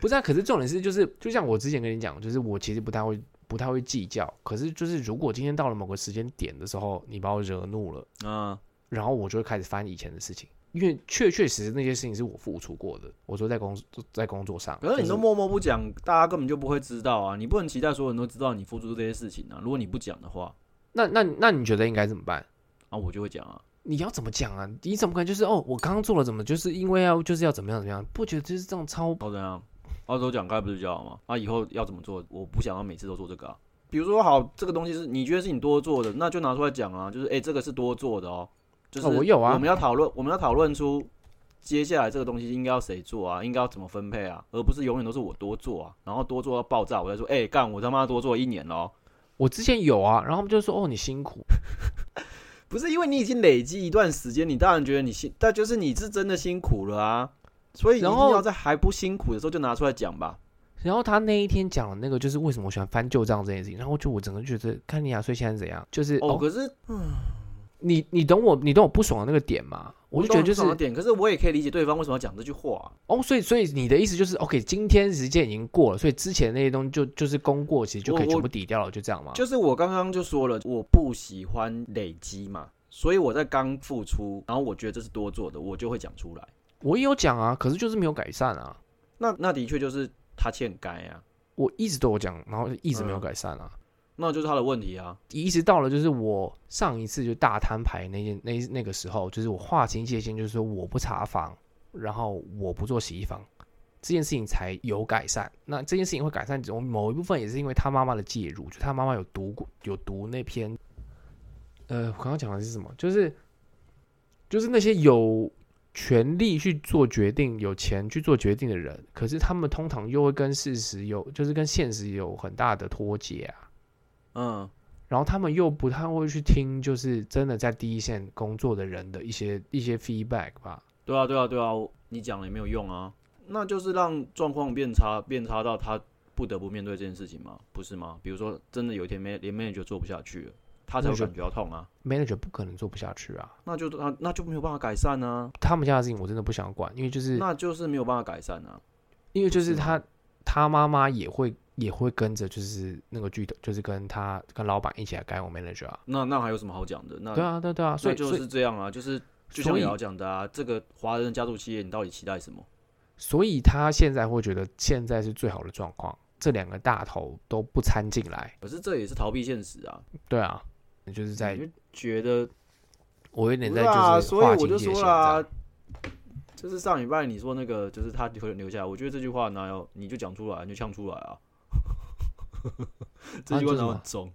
[SPEAKER 1] 不是啊，可是重点是，就是就像我之前跟你讲，就是我其实不太会不太会计较。可是就是如果今天到了某个时间点的时候，你把我惹怒了，
[SPEAKER 2] 嗯，
[SPEAKER 1] 然后我就会开始翻以前的事情，因为确确实实那些事情是我付出过的。我说在工在工作上，
[SPEAKER 2] 可是你都
[SPEAKER 1] 就
[SPEAKER 2] 默默不讲，大家根本就不会知道啊。你不能期待所有人都知道你付出这些事情啊。如果你不讲的话，
[SPEAKER 1] 那那那你觉得应该怎么办？
[SPEAKER 2] 啊，我就会讲啊。
[SPEAKER 1] 你要怎么讲啊？你怎么可能就是哦，我刚刚做了怎么，就是因为要就是要怎么样怎么样？不觉得就是这种超
[SPEAKER 2] 哦好怎样？澳洲讲该不是比较好吗？啊，以后要怎么做？我不想要每次都做这个啊。比如说，好，这个东西是你觉得是你多做的，那就拿出来讲啊。就是，哎、这个是多做的哦。就是、
[SPEAKER 1] 哦我有啊
[SPEAKER 2] 我们要讨论，我们要讨论出接下来这个东西应该要谁做啊，应该要怎么分配啊，而不是永远都是我多做啊，然后多做到爆炸，我再说，哎、干，我他妈多做一年哦咯。
[SPEAKER 1] 我之前有啊，然后他们就说哦你辛苦，
[SPEAKER 2] 不是因为你已经累积一段时间，你当然觉得你辛，但就是你是真的辛苦了啊。所以你一
[SPEAKER 1] 然
[SPEAKER 2] 定
[SPEAKER 1] 后
[SPEAKER 2] 要在还不辛苦的时候就拿出来讲吧。
[SPEAKER 1] 然后他那一天讲的那个就是为什么我喜欢翻旧账这件事情，然后就我整个觉得，看你亚穗现在是怎样，就是
[SPEAKER 2] 哦，
[SPEAKER 1] 哦，
[SPEAKER 2] 可是
[SPEAKER 1] 你你懂我，你懂我不爽的那个点嘛？我就觉得就是
[SPEAKER 2] 懂这种点，可是我也可以理解对方为什么要讲这句话啊、
[SPEAKER 1] 哦，所以所以你的意思就是，OK，今天时间已经过了，所以之前那些东西就就是功过，其实就可以
[SPEAKER 2] 我我
[SPEAKER 1] 全部抵掉了，就这样嘛？
[SPEAKER 2] 就是我刚刚就说了，我不喜欢累积嘛，所以我在刚付出，然后我觉得这是多做的，我就会讲出来。
[SPEAKER 1] 我也有讲啊，可是就是没有改善啊，
[SPEAKER 2] 那那的确就是他欠该啊。
[SPEAKER 1] 我一直都有讲，然后一直没有
[SPEAKER 2] 嗯
[SPEAKER 1] 改善啊。
[SPEAKER 2] 那就是他的问题啊。
[SPEAKER 1] 一直到了就是我上一次就大摊牌那件那那个时候，就是我划清界限，就是说我不查房，然后我不做洗衣房，这件事情才有改善。那这件事情会改善，我某一部分也是因为他妈妈的介入，就他妈妈有读过有读那篇，呃，我刚刚讲的是什么？就是就是那些有权利去做决定、有钱去做决定的人，可是他们通常又会跟事实有，就是跟现实有很大的脱节啊。
[SPEAKER 2] 嗯，
[SPEAKER 1] 然后他们又不太会去听，就是真的在第一线工作的人的一些一些 feedback 吧。
[SPEAKER 2] 对啊，对啊，对啊，我你讲了也没有用啊。那就是让状况变差，变差到他不得不面对这件事情嘛，不是吗？比如说，真的有一天没连 manager 做不下去了，他才会
[SPEAKER 1] Manager
[SPEAKER 2] 感觉到痛啊。
[SPEAKER 1] manager 不可能做不下去啊，
[SPEAKER 2] 那就那那就没有办法改善啊，
[SPEAKER 1] 他们家的事情我真的不想管，因为就是
[SPEAKER 2] 那就是没有办法改善啊。
[SPEAKER 1] 因为就是
[SPEAKER 2] 是吗
[SPEAKER 1] 他他妈妈也会也会跟着，就是那个剧头，就是跟他跟老板一起来改我 manager 啊。
[SPEAKER 2] 那那还有什么好讲的？那
[SPEAKER 1] 对啊，对对啊，所
[SPEAKER 2] 那
[SPEAKER 1] 以
[SPEAKER 2] 就
[SPEAKER 1] 所以
[SPEAKER 2] 是这样啊，就是就像
[SPEAKER 1] 所以
[SPEAKER 2] 瑶讲的啊，这个华人家族企业，你到底期待什么？
[SPEAKER 1] 所以他现在会觉得现在是最好的状况，这两个大头都不掺进来。
[SPEAKER 2] 可是这也是逃避现实啊，
[SPEAKER 1] 对啊，就是在
[SPEAKER 2] 你就觉得
[SPEAKER 1] 我有点
[SPEAKER 2] 嗯不
[SPEAKER 1] 在
[SPEAKER 2] 是啊，
[SPEAKER 1] 就是
[SPEAKER 2] 所以
[SPEAKER 1] 划
[SPEAKER 2] 我
[SPEAKER 1] 清
[SPEAKER 2] 就
[SPEAKER 1] 界
[SPEAKER 2] 说
[SPEAKER 1] 限这
[SPEAKER 2] 啦、
[SPEAKER 1] 样。
[SPEAKER 2] 就是上礼拜你说那个，就是他留留下来，我觉得这句话哪有你就讲出来，你就呛出来啊，
[SPEAKER 1] 啊
[SPEAKER 2] 这句话
[SPEAKER 1] 真的
[SPEAKER 2] 哪有
[SPEAKER 1] 吗
[SPEAKER 2] 很重？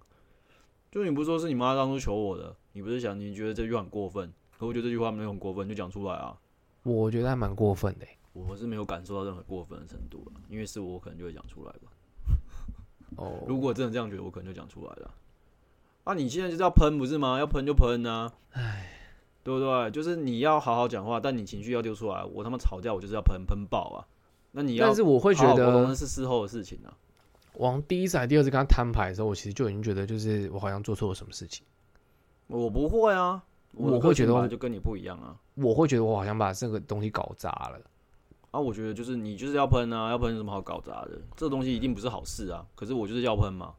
[SPEAKER 2] 就你不是说是你妈当初求我的，你不是想你觉得这句话很过分，可我觉得这句话没有很过分，你就讲出来啊。
[SPEAKER 1] 我觉得还蛮过分的欸、
[SPEAKER 2] 我是没有感受到任何过分的程度了，因为是我，我可能就会讲出来吧。
[SPEAKER 1] 哦，
[SPEAKER 2] 如果真的这样觉得，我可能就讲出来了。啊，你现在就是要喷不是吗？要喷就喷啊，唉，对不对？就是你要好好讲话，但你情绪要丢出来。我他妈吵架，我就是要喷喷爆啊。那你要
[SPEAKER 1] 但是我会觉
[SPEAKER 2] 好好沟通
[SPEAKER 1] 得
[SPEAKER 2] 那，是事后的事情啊。
[SPEAKER 1] 往第一次还第二次跟他摊牌的时候，我其实就已经觉得，就是我好像做错了什么事情，
[SPEAKER 2] 我不会啊，的
[SPEAKER 1] 我会
[SPEAKER 2] 个
[SPEAKER 1] 觉
[SPEAKER 2] 性
[SPEAKER 1] 得
[SPEAKER 2] 本
[SPEAKER 1] 我
[SPEAKER 2] 来就跟你不一样啊。
[SPEAKER 1] 我会觉得我好像把这个东西搞砸了。
[SPEAKER 2] 啊，我觉得就是你就是要喷啊，要喷有什么好搞砸的？这东西一定不是好事啊。可是我就是要喷嘛。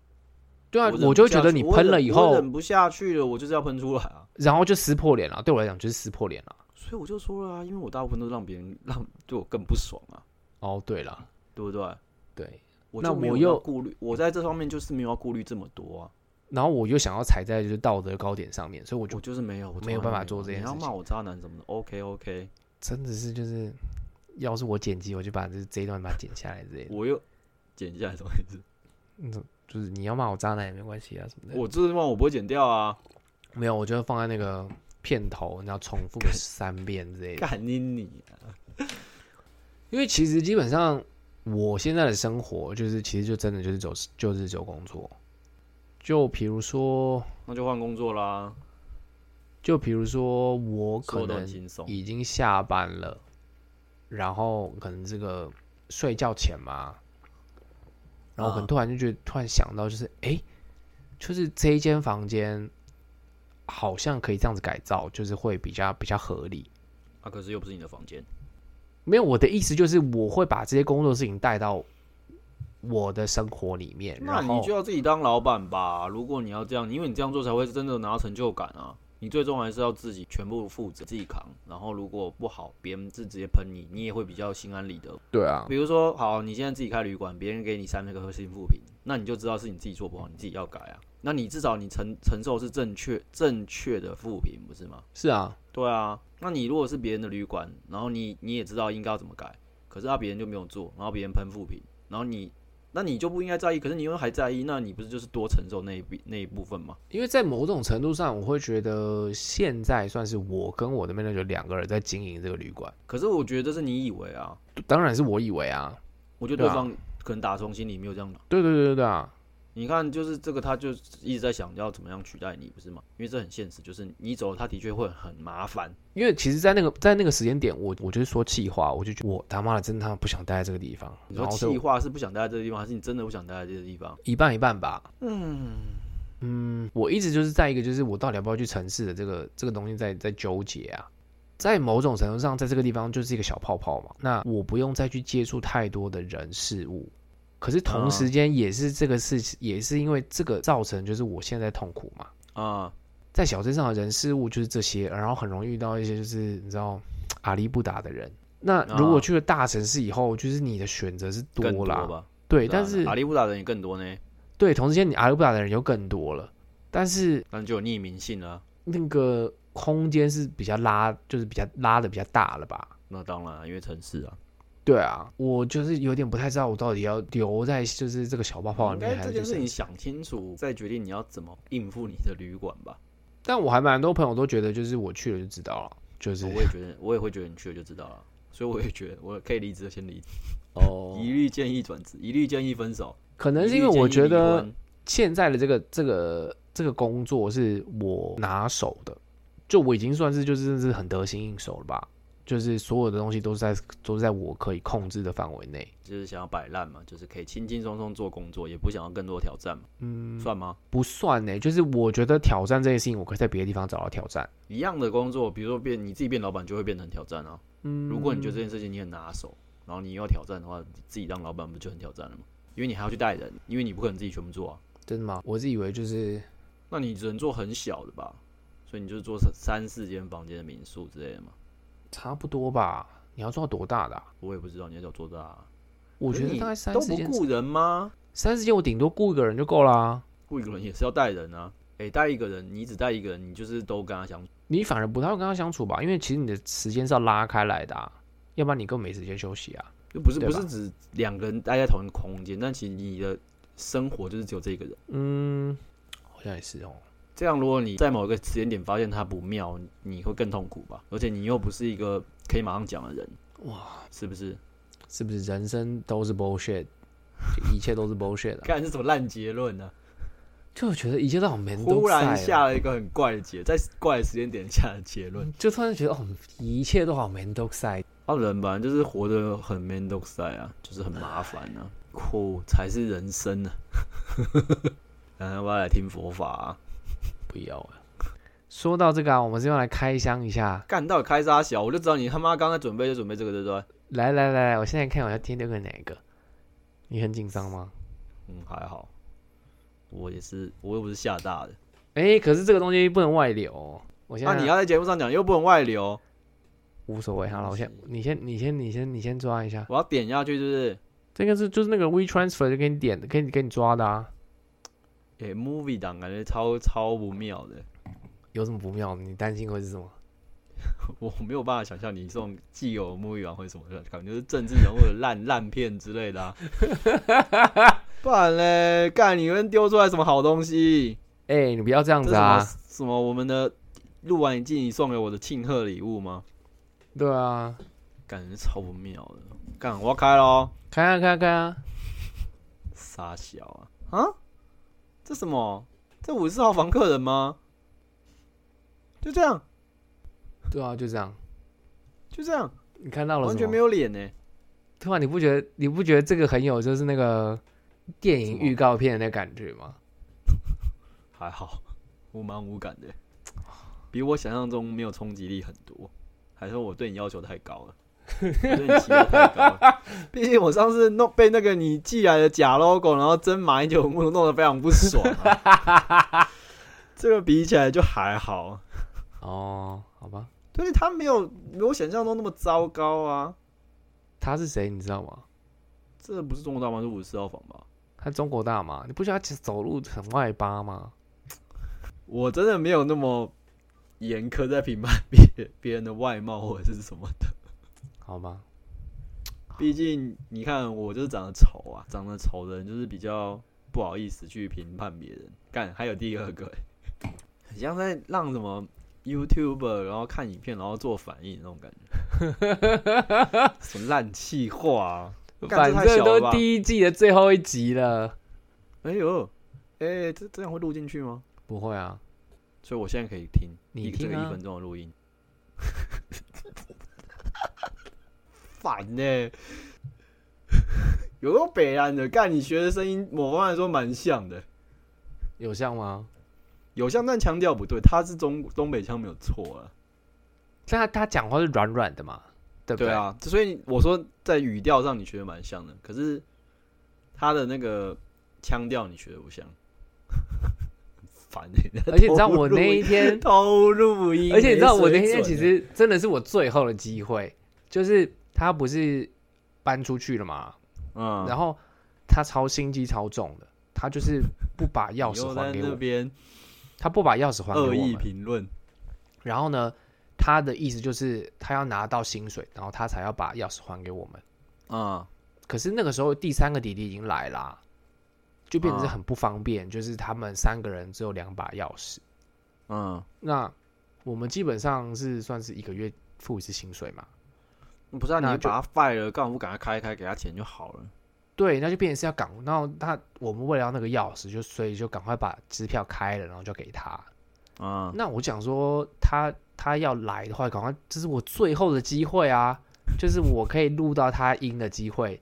[SPEAKER 1] 对啊
[SPEAKER 2] 我，忍
[SPEAKER 1] 我
[SPEAKER 2] 不
[SPEAKER 1] 就
[SPEAKER 2] 下
[SPEAKER 1] 觉得
[SPEAKER 2] 去
[SPEAKER 1] 你
[SPEAKER 2] 我
[SPEAKER 1] 喷了
[SPEAKER 2] 忍
[SPEAKER 1] 以
[SPEAKER 2] 我
[SPEAKER 1] 后，
[SPEAKER 2] 忍不下去了，我就是要喷出来啊。
[SPEAKER 1] 然后就撕破脸了。对我来讲就是撕破脸了。
[SPEAKER 2] 所以我就说了啊，因为我大部分都让别人让对我更不爽啊，
[SPEAKER 1] 哦，对了，
[SPEAKER 2] 对不对？
[SPEAKER 1] 对，
[SPEAKER 2] 我
[SPEAKER 1] 那
[SPEAKER 2] 就没
[SPEAKER 1] 我
[SPEAKER 2] 有
[SPEAKER 1] 又
[SPEAKER 2] 要顾虑，我在这方面就是没有要顾虑这么多啊，
[SPEAKER 1] 然后我又想要踩在就是道德高点上面，所以我就
[SPEAKER 2] 我就是没有，我
[SPEAKER 1] 没有
[SPEAKER 2] 从来
[SPEAKER 1] 办法做这件
[SPEAKER 2] 你要
[SPEAKER 1] 事
[SPEAKER 2] 骂
[SPEAKER 1] 情
[SPEAKER 2] 我渣男什么的，OK OK，
[SPEAKER 1] 真的是就是，要是我剪辑，我就把这这一段把它剪下来之类的。
[SPEAKER 2] 我又剪下来什么意思？
[SPEAKER 1] 就是你要骂我渣男也没关系啊什么的。
[SPEAKER 2] 我这地方我不会剪掉啊，
[SPEAKER 1] 没有，我就放在那个片头，然后重复个三遍之类的。
[SPEAKER 2] 干你你啊、
[SPEAKER 1] 因为其实基本上我现在的生活就是，其实就真的就是走就是走工作。就比如说，
[SPEAKER 2] 那就换工作啦，
[SPEAKER 1] 就比如说，我
[SPEAKER 2] 所
[SPEAKER 1] 可
[SPEAKER 2] 有都很
[SPEAKER 1] 能
[SPEAKER 2] 轻松。
[SPEAKER 1] 已经下班了，然后可能这个睡觉前嘛，然后可能
[SPEAKER 2] 啊
[SPEAKER 1] 突然就觉得突然想到，就是哎、诶就是这一间房间好像可以这样子改造，就是会比较比较合理。
[SPEAKER 2] 啊，可是又不是你的房间，
[SPEAKER 1] 没有，我的意思就是我会把这些工作事情带到我的生活里面，
[SPEAKER 2] 那
[SPEAKER 1] 然
[SPEAKER 2] 你
[SPEAKER 1] 后
[SPEAKER 2] 就要自己当老板吧。如果你要这样，因为你这样做才会真的拿到成就感啊。你最终还是要自己全部负责，自己扛。然后如果不好，别人是直接喷你，你也会比较心安理得。
[SPEAKER 1] 对啊，
[SPEAKER 2] 比如说，好，你现在自己开旅馆，别人给你三那个核心负评，那你就知道是你自己做不好，你自己要改啊。那你至少你承承受是正确正确的负评，不是吗？
[SPEAKER 1] 是啊，
[SPEAKER 2] 对啊，那你如果是别人的旅馆，然后你你也知道应该要怎么改，可是啊别人就没有做，然后别人喷负评，然后你那你就不应该在意，可是你又还在意，那你不是就是多承受那一笔那一部分吗？
[SPEAKER 1] 因为在某种程度上，我会觉得现在算是我跟我的 manager 两个人在经营这个旅馆，
[SPEAKER 2] 可是我觉得这是你以为啊，
[SPEAKER 1] 当然是我以为啊，
[SPEAKER 2] 我觉得对
[SPEAKER 1] 对啊
[SPEAKER 2] 方可能打从心里没有这样想。
[SPEAKER 1] 对对对对对啊，
[SPEAKER 2] 你看，就是这个，他就一直在想要怎么样取代你，不是吗？因为这很现实，就是你走了，他的确会很麻烦。
[SPEAKER 1] 因为其实，在那个在那个时间点，我我就是说气话，我就觉得我他妈的真他妈不想待在这个地方，
[SPEAKER 2] 你
[SPEAKER 1] 然
[SPEAKER 2] 说
[SPEAKER 1] 后
[SPEAKER 2] 气
[SPEAKER 1] 就
[SPEAKER 2] 话是不想待在这个地方，还是你真的不想待在这个地方？
[SPEAKER 1] 一半一半吧。
[SPEAKER 2] 嗯，
[SPEAKER 1] 嗯，我一直就是在一个就是我到底要不要去城市的这个这个东西在在纠结啊，在某种程度上，在这个地方就是一个小泡泡嘛。那我不用再去接触太多的人事物，可是同时间也是这个事情，也是因为这个造成就是我现在痛苦嘛。
[SPEAKER 2] 啊、
[SPEAKER 1] 在小镇上的人事物就是这些，然后很容易遇到一些就是你知道阿里不达的人。那如果
[SPEAKER 2] 啊
[SPEAKER 1] 去了大城市以后，就是你的选择是
[SPEAKER 2] 更
[SPEAKER 1] 多啦，
[SPEAKER 2] 吧？
[SPEAKER 1] 对，
[SPEAKER 2] 对啊
[SPEAKER 1] 但是
[SPEAKER 2] 阿利布达人也更多呢。
[SPEAKER 1] 对同时间你阿鲁巴的人又更多了，但是
[SPEAKER 2] 那就有匿名性啊啦。
[SPEAKER 1] 那个空间是比较拉，就是比较拉的比较大了吧？
[SPEAKER 2] 那当然啊，因为城市啊，
[SPEAKER 1] 对啊，我就是有点不太知道我到底要留在就是这个小泡泡里
[SPEAKER 2] 应
[SPEAKER 1] 面
[SPEAKER 2] 该
[SPEAKER 1] 还
[SPEAKER 2] 这
[SPEAKER 1] 是
[SPEAKER 2] 件事
[SPEAKER 1] 就是
[SPEAKER 2] 情想清楚，再决定你要怎么应付你的旅馆吧。
[SPEAKER 1] 但我还蛮多朋友都觉得就是我去了就知道了，就是
[SPEAKER 2] 我也觉得，我也会觉得你去了就知道了，所以我也觉得我可以离职就先离，
[SPEAKER 1] 哦
[SPEAKER 2] 一律建议转职，一律建议分手。
[SPEAKER 1] 可能是因为我觉得现在的这个这个这个工作是我拿手的，就我已经算是就是真的是很得心应手了吧，就是所有的东西都是在都是在我可以控制的范围内。
[SPEAKER 2] 就是想要摆烂嘛，就是可以轻轻松松做工作，也不想要更多的挑战嘛，嗯，算吗？
[SPEAKER 1] 不算呢、就是我觉得挑战这件事情，我可以在别的地方找到挑战。
[SPEAKER 2] 一样的工作，比如说变你自己变老板，就会变成挑战啊。嗯，如果你觉得这件事情你很拿手，然后你又要挑战的话，你自己当老板不就很挑战了吗？因为你还要去带人，因为你不可能自己全部做啊，
[SPEAKER 1] 真的吗？我是以为就是
[SPEAKER 2] 那你只能做很小的吧，所以你就是做三三四间房间的民宿之类的嘛。
[SPEAKER 1] 差不多吧。你要做到多大的啊、
[SPEAKER 2] 我也不知道你要叫做大啊、
[SPEAKER 1] 我觉
[SPEAKER 2] 可是
[SPEAKER 1] 得
[SPEAKER 2] 你
[SPEAKER 1] 大概三
[SPEAKER 2] 都
[SPEAKER 1] 四
[SPEAKER 2] 不
[SPEAKER 1] 间，
[SPEAKER 2] 雇人吗？
[SPEAKER 1] 三四间我顶多雇一个人就够啦、
[SPEAKER 2] 雇一个人也是要带人啊。诶、带一个人，你只带一个人，你就是都跟他相处。
[SPEAKER 1] 你反而不太会跟他相处吧，因为其实你的时间是要拉开来的、啊，要不然你根本没时间休息啊。
[SPEAKER 2] 就不是
[SPEAKER 1] 对
[SPEAKER 2] 不
[SPEAKER 1] 吧
[SPEAKER 2] 是指两个人待在同一个空间，但其实你的生活就是只有这个人。
[SPEAKER 1] 嗯，好像也是哦。
[SPEAKER 2] 这样，如果你在某一个时间点发现他不妙，你会更痛苦吧？而且你又不是一个可以马上讲的人，哇，是不是？
[SPEAKER 1] 是不是人生都是 bullshit，就一切都是 bullshit 啊？
[SPEAKER 2] 看是什么烂结论呢、
[SPEAKER 1] 就我觉得一切都啊好没
[SPEAKER 2] 忽然下了一个很怪的结，在怪的时间点下的结论。
[SPEAKER 1] 就突然觉得哦，一切都好没都塞。
[SPEAKER 2] 啊，人本来就是活得很 man 都塞啊，就是很麻烦 啊，苦才是人生啊。 然后要不要来听佛法啊？
[SPEAKER 1] 不要啊！说到这个啊，我们是要来开箱一下。
[SPEAKER 2] 干到底开啥小？我就知道你他妈刚才准备就准备这个，对不对？
[SPEAKER 1] 来来来来，我现在看我要听这个哪一个？你很紧张吗？
[SPEAKER 2] 嗯，还好，我也是，我又不是吓大的。
[SPEAKER 1] 哎、可是这个东西不能外流、哦。我现
[SPEAKER 2] 那、
[SPEAKER 1] 在、
[SPEAKER 2] 你要在节目上讲，又不能外流，
[SPEAKER 1] 无所谓，好了，我先
[SPEAKER 2] 是
[SPEAKER 1] 你先你先你先你先抓一下。
[SPEAKER 2] 我要点下去，是
[SPEAKER 1] 这个是就是那个 We Transfer 就给你点的，给你给你抓的啊，
[SPEAKER 2] 不是？哎、m o v i e 档感觉超超不妙的，
[SPEAKER 1] 有什么不妙的？你担心会是什么？
[SPEAKER 2] 我没有办法想象你这种既有 movie 档会什么的感觉，就是政治人物的烂 烂片之 类的、啊。不然嘞，干你们丢出来什么好东西？
[SPEAKER 1] 哎、你不要这样
[SPEAKER 2] 这
[SPEAKER 1] 子
[SPEAKER 2] 是什么
[SPEAKER 1] 啊！
[SPEAKER 2] 什么我们的录完一季你送给我的庆贺礼物吗？
[SPEAKER 1] 对啊，
[SPEAKER 2] 感觉超不妙的。干，我要开喽！
[SPEAKER 1] 开啊开啊开啊！
[SPEAKER 2] 傻小啊！啊？这什么？这五十四号房客人吗？就这样，
[SPEAKER 1] 对啊，就这样。
[SPEAKER 2] 就这样，
[SPEAKER 1] 你看到了
[SPEAKER 2] 完
[SPEAKER 1] 什
[SPEAKER 2] 全
[SPEAKER 1] 么
[SPEAKER 2] 没有脸呢、
[SPEAKER 1] 突然你不觉得你不觉得这个很有就是那个电
[SPEAKER 2] 什
[SPEAKER 1] 影
[SPEAKER 2] 么
[SPEAKER 1] 预告片的那感觉吗？
[SPEAKER 2] 还好，我蛮无感的，比我想象中没有冲击力很多。还是我对你要求太高了，我对你期待太高了。 毕竟我上次弄被那个你寄来的假 logo，然后真马英九木弄得非常不爽、啊。 这个比起来就还好，
[SPEAKER 1] 哦，好吧，
[SPEAKER 2] 对他没有没有想象中那么糟糕啊。
[SPEAKER 1] 他是谁你知道吗？
[SPEAKER 2] 这不是中国大麻，是五十四号房吧？
[SPEAKER 1] 他中国大嘛，你不觉得他走路很外八吗？
[SPEAKER 2] 我真的没有那么严苛在评判别别人的外貌或者是什么的，
[SPEAKER 1] 好吧，
[SPEAKER 2] 毕竟你看我就是长得丑啊，长得丑的人就是比较不好意思去评判别人。干，还有第二个、很像在让什么 YouTuber 然后看影片然后做反应那种感觉， 什么烂气话、啊，
[SPEAKER 1] 反
[SPEAKER 2] 干这太
[SPEAKER 1] 正
[SPEAKER 2] 小了吧
[SPEAKER 1] 都第一季的最后一集了，
[SPEAKER 2] 哎呦，哎、这这样会录进去吗？
[SPEAKER 1] 不会啊，
[SPEAKER 2] 所以我现在可以听
[SPEAKER 1] 你
[SPEAKER 2] 一
[SPEAKER 1] 听
[SPEAKER 2] 这个
[SPEAKER 1] 啊
[SPEAKER 2] 一分钟的录音， 烦呢、有个北兰的，干你学的声音，某方面来说蛮像的，
[SPEAKER 1] 有像吗？
[SPEAKER 2] 有像但腔调不对，他是中东北腔没有错啊。
[SPEAKER 1] 但他他讲话是软软的嘛，对不
[SPEAKER 2] 对啊，所以我说在语调上你学的蛮像的，可是他的那个腔调你学的不 像，很烦欸，
[SPEAKER 1] 而且你知道我那一天
[SPEAKER 2] 偷录音，
[SPEAKER 1] 而且你知道我那
[SPEAKER 2] 没水
[SPEAKER 1] 天
[SPEAKER 2] 准
[SPEAKER 1] 其
[SPEAKER 2] 欸
[SPEAKER 1] 实真的是我最后的机会，就是他不是搬出去了嘛，
[SPEAKER 2] 嗯，
[SPEAKER 1] 然后他超心机超重的，他就是不把钥匙
[SPEAKER 2] 又
[SPEAKER 1] 还
[SPEAKER 2] 在
[SPEAKER 1] 给
[SPEAKER 2] 那
[SPEAKER 1] 我，
[SPEAKER 2] 边
[SPEAKER 1] 他不把钥匙还给
[SPEAKER 2] 恶
[SPEAKER 1] 我
[SPEAKER 2] 意
[SPEAKER 1] 们。
[SPEAKER 2] 评论，
[SPEAKER 1] 然后呢，他的意思就是他要拿到薪水，然后他才要把钥匙还给我们。
[SPEAKER 2] 啊，
[SPEAKER 1] 可是那个时候第三个弟弟已经来啦，就变成是
[SPEAKER 2] 啊
[SPEAKER 1] 很不方便，就是他们三个人只有两把钥匙。
[SPEAKER 2] 嗯，
[SPEAKER 1] 那我们基本上是算是一个月付一次薪水嘛？
[SPEAKER 2] 不是啊，你
[SPEAKER 1] 那
[SPEAKER 2] 就
[SPEAKER 1] 就
[SPEAKER 2] 把他 fire 了，干嘛不赶快开一开，给他钱就好了？
[SPEAKER 1] 对，那就变成是要赶，然后他我们为了要那个钥匙，就所以就赶快把支票开了，然后就给他。
[SPEAKER 2] 啊，
[SPEAKER 1] 那我讲说他他要来的话，赶快，这是我最后的机会啊，就是我可以录到他音的机会。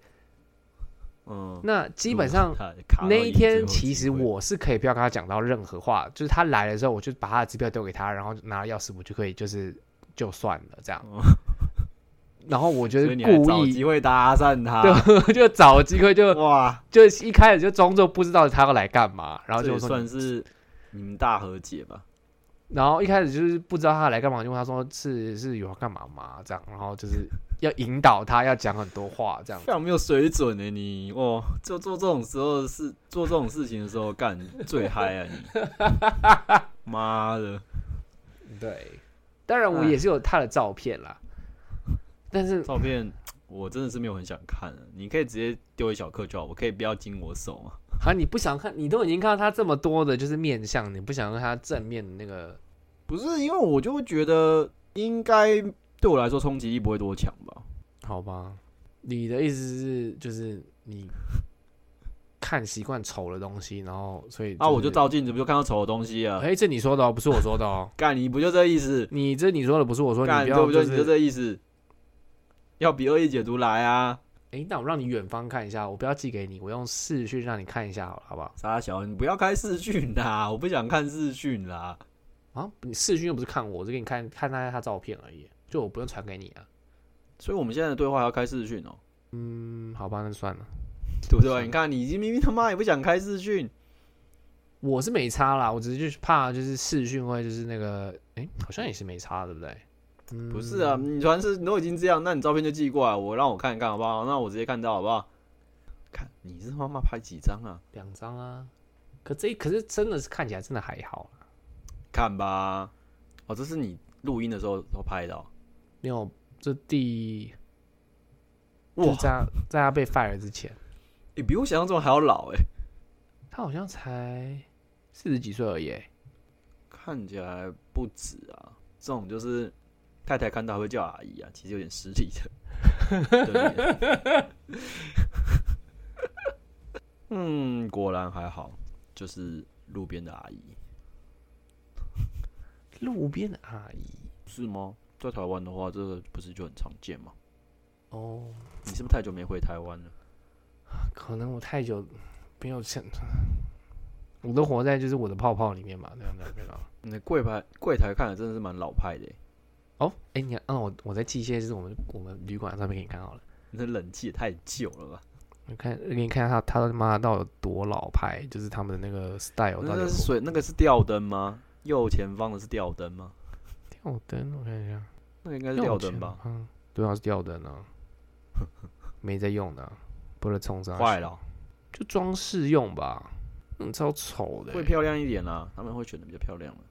[SPEAKER 2] 嗯，
[SPEAKER 1] 那基本上
[SPEAKER 2] 卡卡到
[SPEAKER 1] 那一天
[SPEAKER 2] 最后，机
[SPEAKER 1] 其实
[SPEAKER 2] 会
[SPEAKER 1] 我是可以不要跟他讲到任何话，就是他来的时候，我就把他的支票丢给他，然后拿钥匙，我就可以就是就算了这样。
[SPEAKER 2] 哦
[SPEAKER 1] 然后我就
[SPEAKER 2] 所
[SPEAKER 1] 是
[SPEAKER 2] 以你还
[SPEAKER 1] 故
[SPEAKER 2] 找
[SPEAKER 1] 意
[SPEAKER 2] 机会搭讪他，
[SPEAKER 1] 对， 就找机会就
[SPEAKER 2] 哇，
[SPEAKER 1] 就一开始就装作不知道他要来干嘛，然后
[SPEAKER 2] 这
[SPEAKER 1] 就
[SPEAKER 2] 也
[SPEAKER 1] 说
[SPEAKER 2] 算
[SPEAKER 1] 你，
[SPEAKER 2] 是你们大和解吧？
[SPEAKER 1] 然后一开始就是不知道他来干嘛，就问他说是是有要干嘛吗？这样，然后就是要引导他要讲很多话 这样。
[SPEAKER 2] 非常没有水准呢、你哦，就做这种时候是做这种事情的时候干最嗨啊你！ 妈的，
[SPEAKER 1] 对，当然我
[SPEAKER 2] 哎
[SPEAKER 1] 也是有他的照片啦，但是
[SPEAKER 2] 照片我真的是没有很想看啊，你可以直接丢一小克就好，我可以不要经我手嘛。
[SPEAKER 1] 啊你不想看，你都已经看到他这么多的就是面相，你不想看他正面的那个，
[SPEAKER 2] 不是因为我就会觉得应该对我来说冲击力不会多强吧？
[SPEAKER 1] 好吧？你的意思是就是你看习惯丑的东西，然后所以
[SPEAKER 2] 啊，我
[SPEAKER 1] 是
[SPEAKER 2] 就照镜子不就看到丑的东西啊？
[SPEAKER 1] 哎、这你说的、哦，不是我说的 哦。
[SPEAKER 2] 干你不就这意思？
[SPEAKER 1] 你这你说的不是我说，
[SPEAKER 2] 干
[SPEAKER 1] 你
[SPEAKER 2] 你
[SPEAKER 1] 要
[SPEAKER 2] 不
[SPEAKER 1] 就
[SPEAKER 2] 就是你就这意思？要比恶意解读来啊！
[SPEAKER 1] 哎、那我让你远方看一下，我不要寄给你，我用视讯让你看一下好了，好不好？
[SPEAKER 2] 傻小，你不要开视讯啦，我不想看视讯啦。
[SPEAKER 1] 啊，你视讯又不是看我，我是给你看看他他照片而已，就我不用传给你啊。
[SPEAKER 2] 所以我们现在的对话还要开视讯哦，
[SPEAKER 1] 嗯，好吧，那算了，
[SPEAKER 2] 对不对？
[SPEAKER 1] 是啊
[SPEAKER 2] 你看，你已经明明他妈也不想开视讯，
[SPEAKER 1] 我是没差啦，我只是就是怕就是视讯会就是那个，哎、好像也是没差，对不对？嗯
[SPEAKER 2] 不是啊？你传是你都已经这样，那你照片就寄过来，我让我看一看好不好？那我直接看到好不好？看你是他妈拍几张啊？
[SPEAKER 1] 两张啊，可这可是真的是看起来真的还好啦，
[SPEAKER 2] 看吧，哦，这是你录音的时候都拍的哦、
[SPEAKER 1] 没有这第就
[SPEAKER 2] 哇
[SPEAKER 1] 是，在他在他被 fire 之前。
[SPEAKER 2] 你、比我想象中还要老哎、
[SPEAKER 1] 他好像才四十几岁而已欸，
[SPEAKER 2] 看起来不止啊。这种就是太太看到还会叫阿姨啊，其实有点失礼的。对 嗯，果然还好，就是路边的阿姨
[SPEAKER 1] 路边的阿姨
[SPEAKER 2] 是吗？在台湾的话，这个不是就很常见吗？
[SPEAKER 1] 哦，
[SPEAKER 2] 你是不是太久没回台湾了？
[SPEAKER 1] 可能我太久没有见， 我都活在就是我的泡泡里面嘛，那样那样那样。
[SPEAKER 2] 你的柜台柜台看着真的是蛮老派的欸，
[SPEAKER 1] 哦，哎、你看，嗯，我我在寄一些就是我们我们旅馆的照片给你看好了，
[SPEAKER 2] 你的冷气也太旧了吧？
[SPEAKER 1] 我看给你看他他他妈到底有多老牌，就是他们的那个 style
[SPEAKER 2] 那
[SPEAKER 1] 到底有
[SPEAKER 2] 个是
[SPEAKER 1] 多
[SPEAKER 2] 水，那个是吊灯吗？右前方的是吊灯吗？
[SPEAKER 1] 吊灯，我看一下，
[SPEAKER 2] 那个应该是吊灯
[SPEAKER 1] 钱
[SPEAKER 2] 吧？？
[SPEAKER 1] 嗯，对啊，是吊灯啊，没在用的啊、不能冲上
[SPEAKER 2] 坏了哦，
[SPEAKER 1] 就装饰用吧，嗯，超丑的欸、
[SPEAKER 2] 会漂亮一点啦、他们会选的比较漂亮的。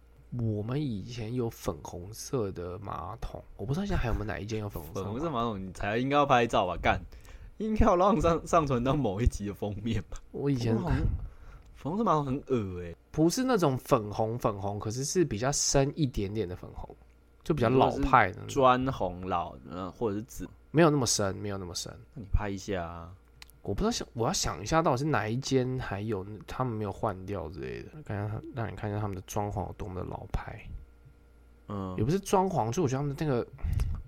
[SPEAKER 1] 我们以前有粉红色的马桶，我不知道现在还有没有哪一间有粉红色
[SPEAKER 2] 粉
[SPEAKER 1] 的
[SPEAKER 2] 红
[SPEAKER 1] 马
[SPEAKER 2] 色
[SPEAKER 1] 桶。
[SPEAKER 2] 马桶你才应该要拍照吧？干，应该要让上上传到某一集的封面吧？
[SPEAKER 1] 我以前
[SPEAKER 2] 粉红色粉红色马桶很恶哎、
[SPEAKER 1] 不是那种粉红粉红，可是是比较深一点点的粉红，就比较
[SPEAKER 2] 你说
[SPEAKER 1] 老
[SPEAKER 2] 是
[SPEAKER 1] 派的那种，
[SPEAKER 2] 砖红老嗯或者是紫，
[SPEAKER 1] 没有那么深，没有那么深。
[SPEAKER 2] 那你拍一下啊。
[SPEAKER 1] 我不知道想，我要想一下到底是哪一间还有他们没有换掉之类的，看一下他让你看一下他们的装潢有多么的老派，也
[SPEAKER 2] 嗯，
[SPEAKER 1] 不是装潢，就我觉得他们的那个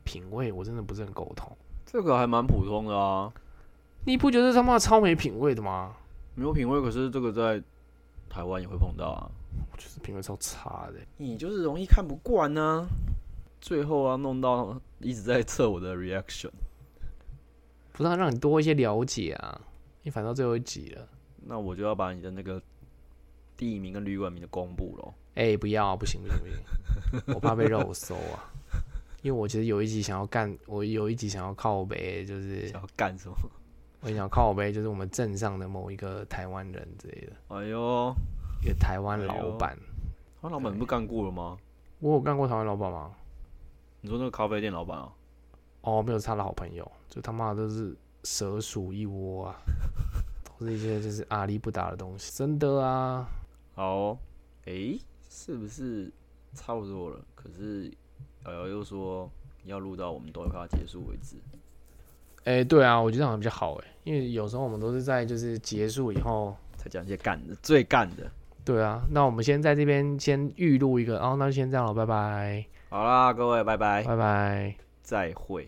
[SPEAKER 1] 品味我真的不是很苟同。
[SPEAKER 2] 这个还蛮普通的啊，
[SPEAKER 1] 你不觉得他妈超没品味的吗？
[SPEAKER 2] 没有品味，可是这个在台湾也会碰到啊。
[SPEAKER 1] 我觉得品味超差的欸、
[SPEAKER 2] 你就是容易看不惯呢、最后啊弄到一直在测我的 reaction。
[SPEAKER 1] 不让让你多一些了解啊。你反到最后一集了，
[SPEAKER 2] 那我就要把你的那个地名跟旅馆名都公布了。
[SPEAKER 1] 哎、不要、啊，不行不行不行，我怕被肉搜啊。因为我其实有一集想要干，我有一集想要靠北，就是
[SPEAKER 2] 想要干什么？
[SPEAKER 1] 我跟你讲，靠背就是我们镇上的某一个台湾人之类的，
[SPEAKER 2] 哎呦，
[SPEAKER 1] 一个台湾
[SPEAKER 2] 哎
[SPEAKER 1] 老
[SPEAKER 2] 呦
[SPEAKER 1] 板。
[SPEAKER 2] 他老板不干过了吗？
[SPEAKER 1] 我有干过台湾老板吗？
[SPEAKER 2] 你说那个咖啡店老板啊？
[SPEAKER 1] 哦，没有，是他的好朋友，就他妈的都是蛇鼠一窝啊， 都是一些就是阿力不达的东西，真的啊。
[SPEAKER 2] 好、哦，诶、是不是差不多了？可是瑶瑶又说要录到我们都快要结束为止。
[SPEAKER 1] 哎、对啊，我觉得好像比较好哎、因为有时候我们都是在就是结束以后，
[SPEAKER 2] 才讲一些干的，最干的。
[SPEAKER 1] 对啊，那我们先在这边先预录一个，哦，那就先这样了，拜拜，
[SPEAKER 2] 哎好啦，各位，拜拜，
[SPEAKER 1] 拜拜。
[SPEAKER 2] 再会。